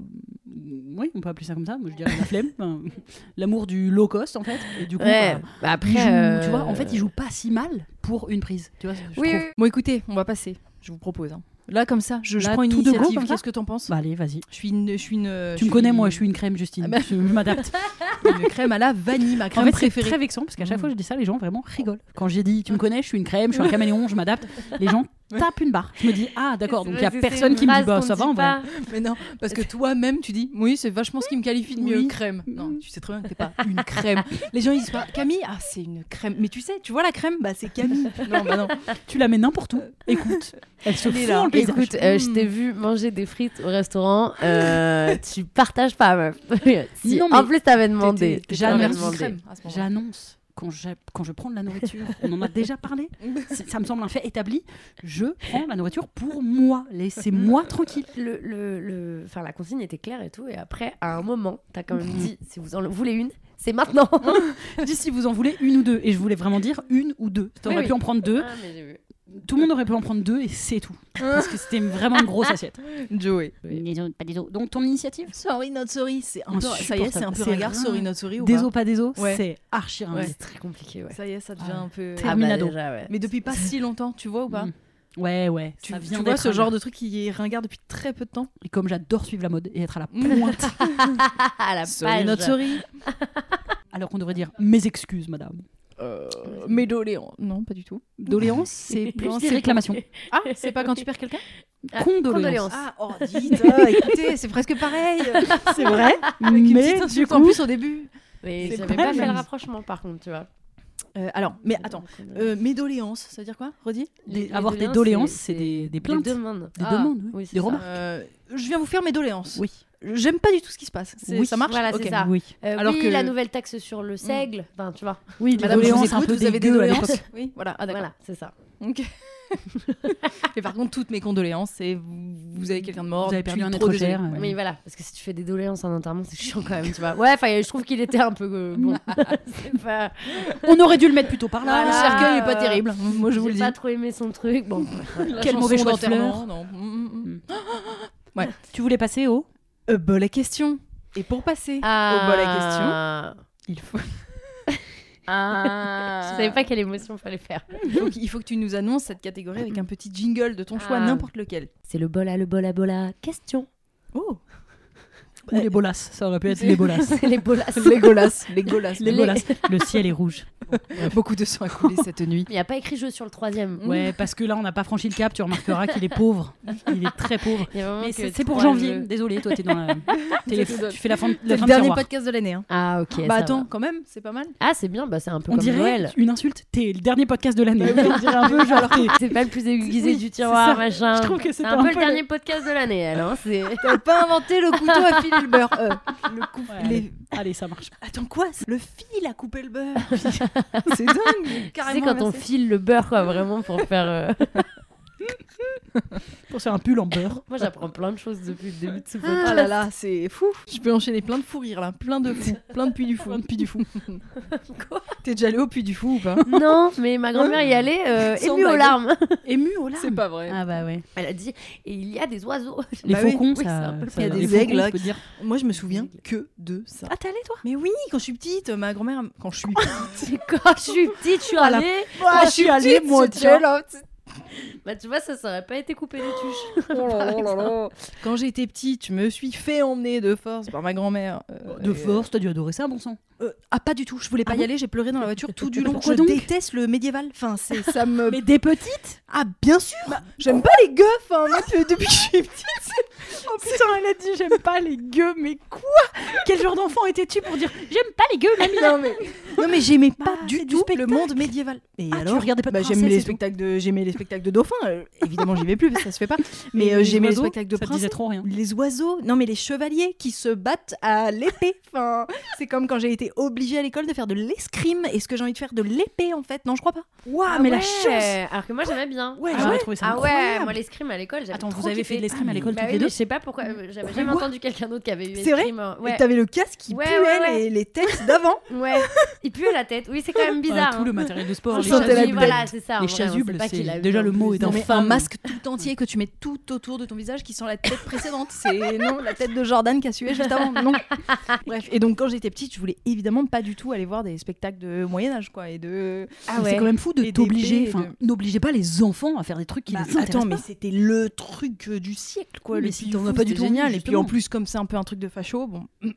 A: oui, on peut appeler ça comme ça. Moi, je dirais la flemme, enfin, *laughs* l'amour du low cost en fait. Et du coup,
C: Ouais.
A: bah,
C: Bah,
A: ils jouent-
C: après.
A: tu vois, en fait,
C: euh,
A: ils jouent pas si mal pour une prise. Tu vois, je
C: Oui,
A: trouve.
C: oui,
B: Bon, écoutez, on va passer. Je vous propose. hein. Là, comme ça, je, je
A: Là,
B: prends une
A: tout de go,
B: initiative.
A: comme ça
B: Qu'est-ce que t'en penses
A: Bah, allez, vas-y.
B: hein. Je suis une. Je suis une
A: Tu me connais, moi, je suis une crème, Justine.
B: Ah bah.
A: Je m'adapte.
C: *laughs*
B: une crème à la vanille, ma
A: En
B: crème
A: fait, c'est
B: préférée.
A: très vexant parce qu'à chaque
B: Mm.
A: fois que je dis ça, les gens vraiment rigolent. Quand j'ai dit tu me connais, je suis une crème, je suis un caméléon, je m'adapte,
C: *laughs*
A: les gens tapent une barre. Je me dis ah d'accord, donc il y a
C: C'est- c'est
A: personne
C: une
A: qui me dit
C: phrase
A: bah
C: qu'on
A: ça va en
C: dit
A: vrai.
C: pas.
B: Mais non, parce *laughs* que toi-même, tu dis, oui, c'est vachement ce qui me qualifie de mieux,
A: Oui.
B: crème. Non, tu sais très bien que t'es pas une crème. Les gens, ils disent pas, Camille, ah, c'est une crème. Mais tu sais, tu vois la crème, bah, c'est Camille. *laughs* Non, bah non.
A: Tu la mets n'importe
C: Euh.
A: où. Écoute, elle se
B: Elle est
A: fout
B: là.
A: dans le paysage.
C: Écoute, euh, je t'ai vu manger des frites au restaurant.
A: *laughs*
C: euh, tu partages pas, meuf. *laughs* si,
A: Non,
C: En
A: mais
C: plus, t'avais demandé.
A: t'étais-
C: T'avais
A: t'avais
C: demandé.
B: crème à ce moment-là.
A: J'annonce quand je, quand je prends de la nourriture, on en a
C: *laughs*
A: déjà parlé, c'est- ça me semble un fait établi, je prends la nourriture pour moi,
C: *laughs*
A: laissez-moi tranquille.
C: Le, le, le- Enfin, la consigne était claire et tout. Et après, à un moment, t'as quand même dit si vous en voulez une, c'est maintenant.
A: Je dis si vous en voulez une ou deux, et je voulais vraiment dire une ou deux. T'aurais
C: Oui,
A: pu
C: oui.
A: en prendre deux,
C: Ah, *laughs* mais j'ai vu.
A: tout le monde aurait pu en prendre deux et
C: *laughs*
A: c'est tout. Parce que c'était vraiment une grosse assiette.
B: Joey.
A: Les autres, pas des autres. Donc ton initiative
B: Sorry, not sorry. C'est un peu,
A: Insupportable.
B: ça y est, c'est un peu
A: C'est
B: ringard,
A: vrai.
B: sorry, not sorry. Ou
A: Des
B: pas
A: os, pas des os,
B: Ouais.
A: c'est archi
B: Ouais.
A: ringard.
C: C'est très compliqué, ouais.
B: Ça y est, ça devient
A: Ah.
B: un peu.
A: Ah, Terminado.
C: bah, déjà, ouais.
B: Mais depuis pas si longtemps, tu vois ou pas
A: Mm. Ouais, ouais.
B: Tu,
A: ça
B: tu
A: vient
B: vois
A: d'être
B: ce genre
A: ringard.
B: de truc qui est ringard depuis très peu de temps
A: Et comme j'adore suivre la mode et
B: *laughs*
A: être à la pointe,
B: Sorry,
C: Ah, la page.
B: not sorry.
A: *laughs* alors qu'on devrait dire mes excuses, madame.
B: Euh, Mais doléant. Non, pas du tout. *laughs*
A: Doléance, c'est
B: Non,
A: plus
B: c'est *laughs*
A: des réclamations.
B: Ah, c'est pas quand tu perds quelqu'un
C: Ah, condoléances.
A: Condoléances.
B: Ah, oh, dites, euh, écoutez, c'est presque *laughs* pareil.
A: C'est vrai,
B: Avec une
A: mais
B: petite
A: du
B: insulte en
A: coup,
B: plus au début.
C: *laughs* Mais
A: C'est
C: j'avais
A: pas
C: pas
A: la
C: fait le
A: même.
C: rapprochement par contre, tu vois.
B: Euh, alors, mais attends, euh, mes doléances, ça veut dire quoi Redis
A: des- avoir des doléances, c'est des, des plaintes.
C: demandes. Ah,
A: Des demandes, oui.
C: c'est
A: Des
C: ça.
A: remarques.
B: Euh, Je viens vous faire mes doléances.
A: Oui.
B: J'aime pas du tout ce qui se passe. C'est-
A: Oui,
B: Ça marche
C: voilà, c'est
B: Ok.
C: ça.
A: Oui,
C: Euh,
B: Alors
C: oui,
B: que-
C: la nouvelle taxe sur le seigle,
A: Mm.
C: enfin, tu vois.
A: oui
B: Madame, je vous
A: doléances
B: écoute, vous avez des
A: dégueu à
B: doléances
A: l'époque.
B: Oui, voilà. Ah, d'accord.
C: Voilà, c'est ça.
B: Ok. *laughs* Mais par contre, toutes mes condoléances, c'est vous, vous avez quelqu'un de mort.
A: Vous avez
B: je suis
A: perdu un
B: Oh, trop
A: être
B: désolée.
A: cher. euh,
C: Mais voilà, parce que si tu fais des doléances en enterrement, c'est chiant quand même, tu vois. Ouais, enfin, je trouve qu'il était un peu. euh, *laughs* bon. c'est pas.
A: On aurait dû le mettre plutôt par là.
B: Ah, Voilà, le
C: Voilà,
B: cercueil est pas
C: euh,
B: terrible. Moi, je vous le
C: J'ai
B: dis.
C: pas trop aimé son truc. Bon, voilà.
B: La
A: quel
B: chanson
A: mauvais choix de
B: d'enterrement,
A: fleurs.
B: non. Mm, mm, mm.
A: Tu voulais passer au
B: Euh, bah, la question. Et pour passer au
C: bah,
B: bol à
C: Ah,
B: question, il *laughs* faut. Ah. *laughs*
C: Je savais pas quelle émotion fallait faire.
B: Il faut, qu'il- il faut que tu nous annonces cette catégorie avec un petit jingle de ton choix,
C: Ah.
B: n'importe lequel.
C: C'est le bol à le bol à bola. Question.
B: Oh
A: Ou les bolas, ça aurait pu être
B: *laughs*
A: les bolas.
C: *laughs* C'est les *laughs* bolas.
B: Les golas, les golas.
A: Les bolas. Le ciel est rouge.
B: Beaucoup de *laughs* sang a coulé cette nuit.
C: Il n'y a pas écrit jeu sur le troisième.
A: Ouais, parce que là, on n'a pas franchi le cap. Tu remarqueras qu'il est pauvre. Il est très pauvre.
C: Il y a vraiment
A: Mais
C: Oh, que
A: c'est c'est pour
C: trois
A: janvier.
C: jeux.
A: Désolé, toi, t'es dans la. t'es les-
B: Désolé.
A: Tu fais la fin de la
B: C'est
A: fin
B: le
A: de
B: dernier
A: tiroir.
B: podcast de l'année. Hein.
C: Ah, ok. ça
B: bah
C: va.
B: attends, quand même, c'est pas mal.
C: Ah, c'est bien, bah, c'est un peu
A: On
C: comme
A: dirait
C: Noël.
A: une insulte. T'es le dernier podcast de l'année. on dirait un peu genre t'es-
C: C'est pas le plus aiguisé
A: Oui,
C: du
A: c'est
C: tiroir,
A: ça.
C: machin.
A: Je trouve que
C: c'est
A: c'était
C: un, peu le
A: le-
C: dernier podcast de l'année, elle. Hein. *laughs* C'est
B: T'as pas inventé le couteau à filer *laughs* le beurre. euh.
A: Ouais,
B: Les-
A: allez, allez, ça marche.
B: Attends, quoi Le fil à couper le beurre. *laughs* c'est dingue.
C: tu sais,
B: Carrément.
C: quand on file le beurre, quoi, vraiment, pour faire. euh, *laughs*
A: Pour faire un pull en beurre.
C: Moi, j'apprends plein de choses depuis le début de ce podcast.
B: Ah là là, c'est fou. Je peux enchaîner plein de fous rires là, plein de fous, plein de puits du fou. Plein de puits du *laughs* fou. T'es déjà allé au puits du fou ou pas
C: Non, mais ma grand-mère
A: Ah.
C: y allait, euh,
B: Sans
C: émue aux
A: *laughs*
B: blague.
C: larmes.
A: Ému au larmes.
B: pas vrai.
A: Ah bah ouais.
C: Elle a dit Et il y a des oiseaux. *laughs*
A: Les
B: Bah oui,
A: faucons,
C: oui, c'est
A: ça.
C: un peu le
A: ça-
B: Il y a
A: les
B: des
A: faucons,
B: aigles,
A: je
B: là,
A: peux te dire.
B: *laughs* Moi, je me souviens que de ça.
C: Ah, t'es allée, toi *laughs*
B: Mais oui, quand je suis petite, ma grand-mère, quand je *laughs* suis petite,
C: Quand je suis petite, je suis
A: Ah, la
C: allée.
B: Bah,
A: Ah, je suis allée, moi,
B: c'était
A: tu vois.
B: là,
C: Bah, tu vois, ça, ça aurait pas été coupé les tuches.
A: *laughs* Oh
B: Quand j'étais petite, je me suis fait emmener de force par ma grand-mère. euh,
A: De
B: et,
A: force, t'as dû adorer ça, bon sang.
B: euh, ah Bah, pas du tout, je voulais pas
A: Ah
B: y
A: bon
B: aller, j'ai pleuré dans la voiture tout du long.
A: Pourquoi
B: je
A: donc
B: déteste le médiéval. Enfin, c'est *laughs* ça me
A: Mais des petites
B: Ah bien sûr. J'aime pas les gueux, hein, moi, depuis- depuis que je *laughs* suis petite.
A: Oh putain, elle a dit j'aime pas les gueux, mais quoi Quel genre d'enfant étais-tu pour dire j'aime pas les gueux, mamie
B: Non mais, non mais Ah, j'aimais pas
A: Bah,
B: du
A: c'est du
B: tout le monde médiéval. Et
A: Ah, tu
B: alors
A: regardais pas de
B: bah,
A: princesse
B: j'aimais
A: et
B: les
A: tout
B: spectacles de j'aimais les spectacles de dauphins. euh, évidemment, j'y vais plus parce que ça
A: *laughs*
B: se fait pas. Mais euh, j'aimais les
A: oiseaux,
B: spectacles de
A: Ça te disait
B: princesses.
A: trop hein. rien.
B: Les oiseaux, non mais les chevaliers qui se battent à l'épée. Enfin, c'est comme quand j'ai été obligée à l'école de faire de l'escrime. Est-ce que j'ai envie de faire de l'épée en fait Non, je crois pas. Waouh,
A: Ah,
B: mais la chance
C: Ah, Alors que moi, j'aimais bien.
A: Ouais,
B: Ah
A: j'aurais
B: ouais
A: trouvé ça
C: Ah ouais,
A: incroyable.
C: moi l'escrime à l'école, j'avais
A: Attends,
C: trop
A: vous avez
C: kiffé.
A: fait de l'escrime à l'école
C: Bah
A: toutes
C: oui,
A: les
C: mais
A: deux
C: je sais pas pourquoi, euh, j'avais jamais
B: Quoi
C: entendu quelqu'un d'autre qui avait eu
B: C'est vrai
C: l'escrime. euh,
B: Et
C: Ouais.
B: t'avais le casque qui
C: Ouais,
B: puait
C: ouais, ouais.
B: Les, les têtes d'avant.
C: ouais. Il pue la tête. Oui, c'est quand même
A: Enfin,
C: bizarre.
A: Tout
C: hein.
A: le matériel de sport,
B: On
A: les
B: sentait la
A: chasubles,
B: bête.
C: Voilà, c'est ça.
A: les
C: en vrai, on sait
A: chasubles,
C: pas qui
A: c'est-
C: l'a eu, hein.
A: déjà
C: en
A: le
C: plus.
A: mot est
B: Non, mais un
A: infâme.
B: masque tout entier que tu mets tout autour de ton visage qui sent la tête précédente. C'est non, la tête de Jordan qui a sué juste avant. Non. Bref. Et donc quand j'étais petite, je voulais évidemment pas du tout aller voir des spectacles de Moyen Âge, quoi, et de.
C: Ah
A: C'est
C: ouais.
A: quand même fou
B: Et
A: de
B: des
A: t'obliger,
B: baies,
A: enfin,
B: de-
A: n'obligez pas les enfants à faire des trucs qui
B: Bah,
A: les intéressent
B: attends, mais
A: pas.
B: c'était le truc euh, du siècle, quoi.
A: Oui,
B: le
A: mais
B: petit
A: puis
B: on
A: fou,
B: n'a pas du
A: c'était
B: tout
A: génial,
B: génial. Et puis en
A: justement.
B: plus, comme c'est un peu un truc de facho, bon. *clears throat*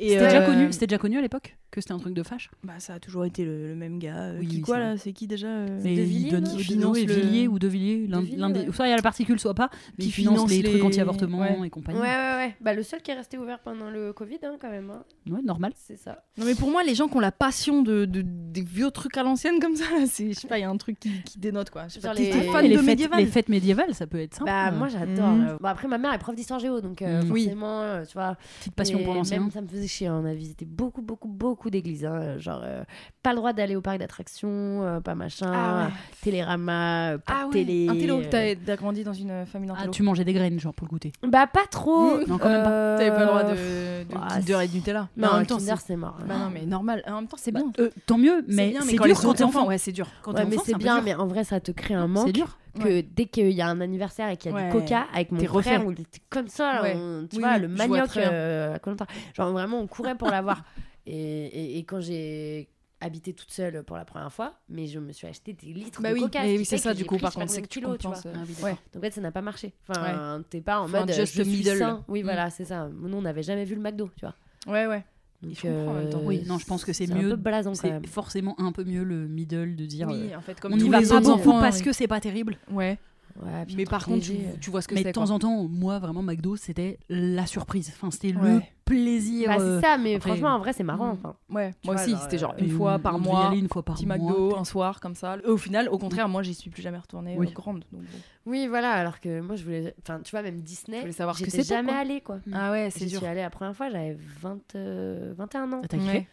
B: Et,
A: C'était déjà
B: euh,
A: connu, c'était déjà connu à l'époque que c'était un truc de fâche.
B: Bah, ça a toujours été le, le même gars. euh,
A: Oui,
B: qui
A: oui,
B: quoi
A: c'est
B: là C'est qui déjà euh,
A: Mais
C: Villiers,
A: il donne
C: non
A: il
B: Qui
A: finance
B: finance le-
A: Villiers ou De Villiers, l'un
C: Villiers,
A: l'un des.
C: ouais.
A: Soit il y a la particule, soit pas. Mais
B: Qui
A: il finance,
B: finance
A: les,
B: les-
A: trucs anti-avortement
B: ouais.
A: et compagnie.
C: Ouais, ouais, ouais. Bah, le seul qui est resté ouvert pendant le Covid, hein, quand même. hein.
A: Ouais, normal.
C: C'est ça.
B: Non mais pour moi, les gens qui ont la passion de, de- des vieux trucs à l'ancienne comme ça, *laughs* c'est je sais pas, il y a un truc qui, qui dénote quoi. Je sais
C: Genre
B: pas, t'es-
C: les-
B: t'es
C: Ah,
B: fan
A: les,
B: de
A: fêtes,
B: médiéval.
A: les fêtes médiévales, ça peut être
B: Oh.
A: simple.
C: Bah,
A: euh,
C: moi, j'adore.
B: Mhm.
C: euh, Bon, après, ma mère est prof d'histoire géo, donc euh,
B: Mm.
A: Mhm. Oui.
C: forcément, euh, tu vois.
A: petite passion
C: mais
A: pour l'ancien.
C: Même, ça me faisait chier. hein. On a visité beaucoup, beaucoup, beaucoup d'églises. hein, euh, Genre, euh, pas le droit d'aller au parc d'attractions, euh, pas machin,
B: Ah ouais.
C: télérama, euh, pas de télé.
B: Ah un télo.
C: euh,
B: T'as t'as grandi dans une euh, famille
A: Ah,
B: d'intello.
A: tu mangeais des graines, genre, pour le goûter.
C: Bah, pas trop.
A: Non, quand même
C: Euh,
B: T'avais Mm, pas le droit de, de
C: bah,
B: Kinder et de Nutella. Mais
C: Non,
B: en même temps,
C: Kinder,
B: c'est-
C: c'est mort. hein.
B: bah non mais normal. En même temps, c'est
A: Bah,
B: bien.
A: euh, tant mieux,
B: C'est
A: mais
B: bien,
A: c'est
B: quand les
A: dur quand
B: autres
A: t'es
B: enfants-
A: enfant.
B: Ouais, c'est dur. Quand t'es
C: Ouais, mais
B: enfant,
C: c'est
B: un peu
C: bien,
B: dur.
C: mais en vrai, ça te crée un
A: C'est
C: manque
A: dur.
C: que dès qu'il y a un anniversaire et qu'il y a
B: Ouais.
C: du coca avec mon
B: T'es refait.
C: frère, on était comme ça, là,
B: Ouais.
C: on- tu
B: Oui,
C: vois,
B: oui,
C: le
B: je vois
C: manioc
B: très bien.
C: euh, à Koh-Lanta. Genre vraiment, on courait pour l'avoir. *laughs* Et, et- et quand j'ai habité toute seule pour la première fois, mais je me suis acheté des litres
B: Bah
C: de
B: oui,
C: coca.
B: mais
C: ce
B: oui,
C: qui
B: c'est
C: fait
B: ça
C: que
B: du
C: j'ai
B: coup
C: pris,
B: par
C: je sais pas
B: contre, c'est
C: combien de
B: que tu
C: kilos, tu vois.
B: compenses. euh,
A: Ouais.
C: Donc en fait, ça n'a pas marché. Enfin, t'es pas en
B: Enfin,
C: mode euh,
B: just
C: je suis
B: middle.
C: sain. Oui,
B: Mm.
C: voilà, c'est ça. Nous, on n'avait jamais vu le McDo, tu vois.
B: Ouais ouais.
C: Donc,
A: Je comprends en même temps.
C: euh,
A: Oui, non, je pense que c'est
C: un
A: mieux-
C: peu blasant quand même.
A: C'est forcément un peu mieux le middle de dire. euh,
B: Oui, en fait comme
A: on y
B: tous
A: va
B: les
A: pas hein.
B: autres
A: beaucoup
B: enfants
A: parce
B: euh,
A: que c'est pas terrible.
B: ouais.
C: Ouais, puis
B: Mais
C: un
B: par
C: truc
B: contre, tu,
C: léger, euh.
B: tu vois ce que
A: Mais de
B: c'est. quoi.
A: temps en temps, moi, vraiment, McDo, c'était la surprise. Enfin, c'était le
B: Ouais.
A: plaisir.
C: Bah,
A: euh,
C: c'est ça, mais
A: après-
C: franchement, en vrai, c'est marrant.
B: Mm.
C: Enfin,
B: Ouais,
C: Tu
B: moi
C: vois,
B: aussi,
C: genre,
B: c'était genre
C: euh,
A: et
B: une fois
A: on-
B: par
A: on devait y
B: mois,
A: aller une fois par
B: petit
A: mois. Mm.
B: McDo, hein. un soir comme ça. Au final, au contraire, moi, j'y suis plus jamais retournée euh,
A: Oui. Mm.
B: grande. donc bon.
C: oui, voilà, alors que moi, je voulais. Enfin, tu vois, même Disney.
B: Je voulais savoir ce que
C: j'étais
B: c'était,
C: jamais
B: quoi.
C: allée, quoi.
B: Ah ouais,
C: J'y suis allée la première fois, j'avais 20, euh, 21 ans.
A: Ah, T'as kiffé
B: Ouais.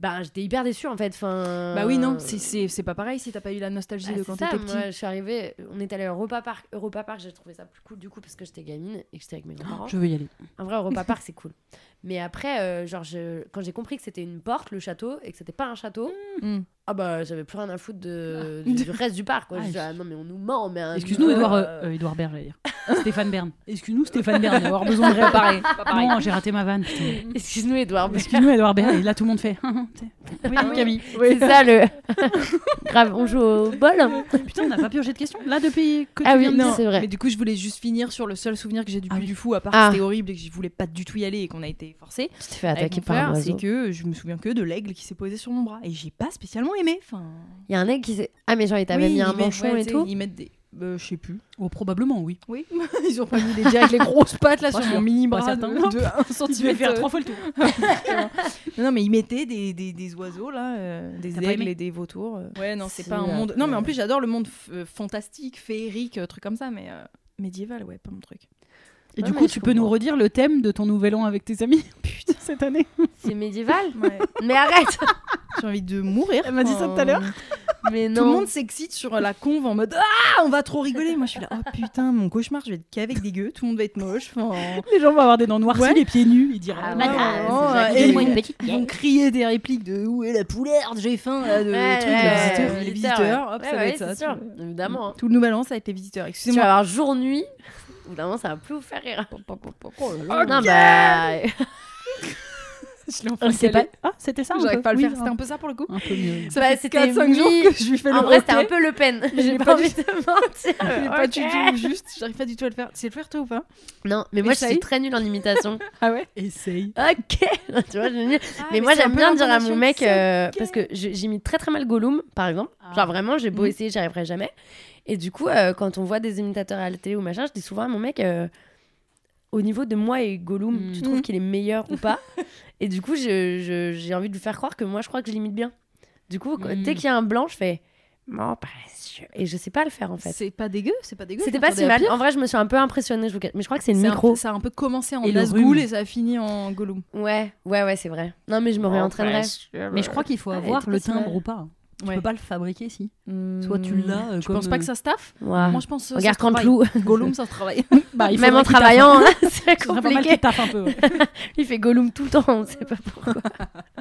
C: Bah, j'étais hyper déçue, en fait. Enfin,
B: Bah oui, non, c'est- c'est c'est pas pareil si t'as pas eu la nostalgie
C: Bah,
B: de
C: c'est
B: quand
C: ça,
B: t'étais petit.
C: moi, je suis arrivée, on est allé au Europa Park. Europa Park, j'ai trouvé ça plus cool du coup parce que j'étais gamine et que j'étais avec mes grands-parents.
A: Je veux y aller.
C: Un vrai Europa Park, c'est cool. Mais après, euh, genre, je- quand j'ai compris que c'était une porte, le château, et que c'était pas un château,
B: Mm.
C: ah bah j'avais plus rien à foutre de, du, du reste du parc. Quoi.
A: Ah,
C: je dis,
A: je-
C: ah, non, mais on nous ment, mais. un-
A: Excuse-nous,
C: euh,
A: Edouard, euh, euh, Edouard Bern, j'allais dire.
B: *laughs*
A: Stéphane Bern. Excuse-nous, Stéphane Bern, d'avoir besoin de réparer. Non, j'ai raté ma vanne. putain.
B: *laughs*
C: *laughs* Excuse-nous, Edouard. mais-
A: Excuse-nous, Edouard Bern. Et là, tout le monde fait. *laughs* oui,
B: Hein,
A: Camille.
C: C'est ça *laughs* le. Grave, on joue au bol.
A: Putain, on n'a pas pioché de questions. Là, depuis que tu
C: Ah oui,
A: viens de
C: non.
A: dire.
C: C'est vrai.
B: Mais du coup, je voulais juste finir sur le seul souvenir que j'ai du
A: Ah
B: Puy
A: oui.
B: du Fou, à part
C: Ah.
B: que c'était horrible et que je voulais pas du tout y aller et qu'on a été forcé.
C: Tu t'es fait
B: Avec
C: attaquer
B: mon
C: par un
B: frère, c'est
C: oiseau.
B: que je me souviens que de l'aigle qui s'est posé sur mon bras et j'ai pas spécialement aimé. Enfin,
C: Il y a un mec qui s'est. Ah, mais genre, il t'avait
B: oui,
C: mis
B: ils
C: un
B: mettent-
C: manchon
B: ouais,
C: et
B: tu sais,
C: tout.
B: Ils mettent des, euh, je sais plus.
A: Oh, probablement, oui.
B: Oui, *laughs* ils ont pas mis des dieux avec les grosses pattes là
A: Pas
B: sur
A: sûr.
B: mon mini bras
A: Pas
B: de,
A: certain.
B: de 1 cm.
A: Tu vas faire trois fois le tour.
B: Non, non, mais ils mettaient des, des, des oiseaux là, euh, des
A: T'as pas
B: aigles
A: aimé
B: et des vautours. euh. Ouais, non, c'est
C: Si,
B: pas un
C: euh,
B: monde. Non, mais en plus j'adore le monde f- euh, fantastique, féerique, euh, truc comme ça, mais euh, médiéval, ouais, pas mon truc.
A: *laughs* Et
C: Ouais,
A: du
C: mais
A: coup,
C: je
A: tu peux nous
C: comprends.
A: redire le thème de ton nouvel an avec tes amis *laughs* Putain, cette année.
C: C'est médiéval.
B: Ouais.
C: *laughs* Mais arrête
B: *laughs* J'ai envie de mourir.
A: Elle m'a dit ça tout à l'heure.
C: Mais non.
B: Tout le monde s'excite sur euh, la conve en mode Ah, on va trop rigoler. Moi, je suis là, oh putain, mon cauchemar, je vais être qu'avec des gueux, tout le monde va être moche. Enfin,
A: Les gens vont avoir des dents noircies,
B: Ouais.
A: les pieds nus. Ils diront.
C: Ah,
A: Ah,
B: ouais.
C: madame, c'est
B: non, euh,
C: gentil, donne-moi
B: et-
C: une petite
B: Ils
C: pièce.
B: vont crier des répliques de Où est la poularde J'ai faim, là, de
C: Ouais,
B: trucs,
C: ouais, ouais,
B: les visiteurs,
C: ouais,
B: les
C: visiteurs,
B: visiteurs,
C: ouais.
B: hop,
C: Ouais,
B: ça va
C: ouais,
B: être ça.
C: c'est sûr,
B: tu vois.
C: évidemment. hein.
B: Tout le nouvel an, ça va être les visiteurs.
C: Tu vas
B: Excusez-moi.
C: avoir jour-nuit. Au bout d'un moment, ça va plus vous faire rire.
B: Oh là là.
C: Non, bah.
B: Je l'ai
A: on
B: enfin
A: le sait
B: calé.
A: pas. Ah, c'était ça. un
B: J'arrive
A: peu.
B: pas à le
A: Oui,
B: faire, c'était un peu ça pour le coup.
A: un peu mieux.
B: Ça
C: Bah,
B: fait
C: c'était
B: 4-5 jours
C: mi-
B: que je lui fais le
C: En vrai, c'était un
B: hockey.
C: peu Le Pen. J'ai
B: l'ai
C: pas,
B: pas
C: envie
B: du-
C: de *laughs* mentir.
B: Ah, Je l'ai pas
C: Ok.
B: du tout, juste, j'arrive pas du tout à le faire. C'est le faire toi ou pas
C: Non, mais moi, je
B: Essaye.
C: suis très nulle en imitation.
B: Ah ouais
A: Essaye.
C: ok. *laughs* tu vois, je suis nulle.
B: Ah,
C: mais moi, j'aime bien dire à mon mec, euh, parce que je- j'imite très très mal Gollum, par exemple. Genre, vraiment, j'ai beau
B: Mhm.
C: essayer, j'y arriverai jamais. Et du coup, euh, quand on voit des imitateurs à la télé ou machin, je dis souvent à mon mec. euh, au niveau de moi et Gollum,
A: Mhm.
C: tu trouves qu'il est meilleur ou pas Et du coup, je- je- j'ai envie de lui faire croire que moi, je crois que je l'imite bien. Du coup, quand-
A: Mhm.
C: dès qu'il y a un blanc, je fais mon précieux. Et je sais pas le faire en fait.
B: C'est pas dégueu, c'est pas dégueu.
C: C'était
B: je
C: pas
B: m'attendais
C: si
B: à
C: mal.
B: pire.
C: En vrai, je me suis un peu impressionnée, je vous cache- mais je crois que c'est le
B: C'est un-
C: micro.
B: Ça a un peu commencé en
A: Et le
B: Nazgûl
A: rhume.
B: et ça a fini en Gollum.
C: Ouais, ouais, ouais, c'est vrai. Non, mais je me réentraînerai.
A: Mais je crois qu'il faut
C: Ah, elle
A: avoir
C: était
A: le
C: pas si mal.
A: timbre ou pas. hein. Tu
B: Ouais.
A: peux pas le fabriquer, si. Soit tu l'as, euh,
B: Je pense
A: comme,
B: pas que
A: euh,
B: ça se taffe.
C: Ouah.
B: Moi, je pense. euh,
C: Regarde
B: ça se travaille.
C: Cantelou.
B: *laughs* Gollum, ça se travaille.
A: Bah, il
C: Même en
A: faudrait qu'il taffe.
C: travaillant, là, *laughs* c'est
A: Il faudrait pas mal qu'il
C: compliqué.
A: taffe un peu. ouais.
C: Il fait Gollum tout le temps, on sait pas pourquoi.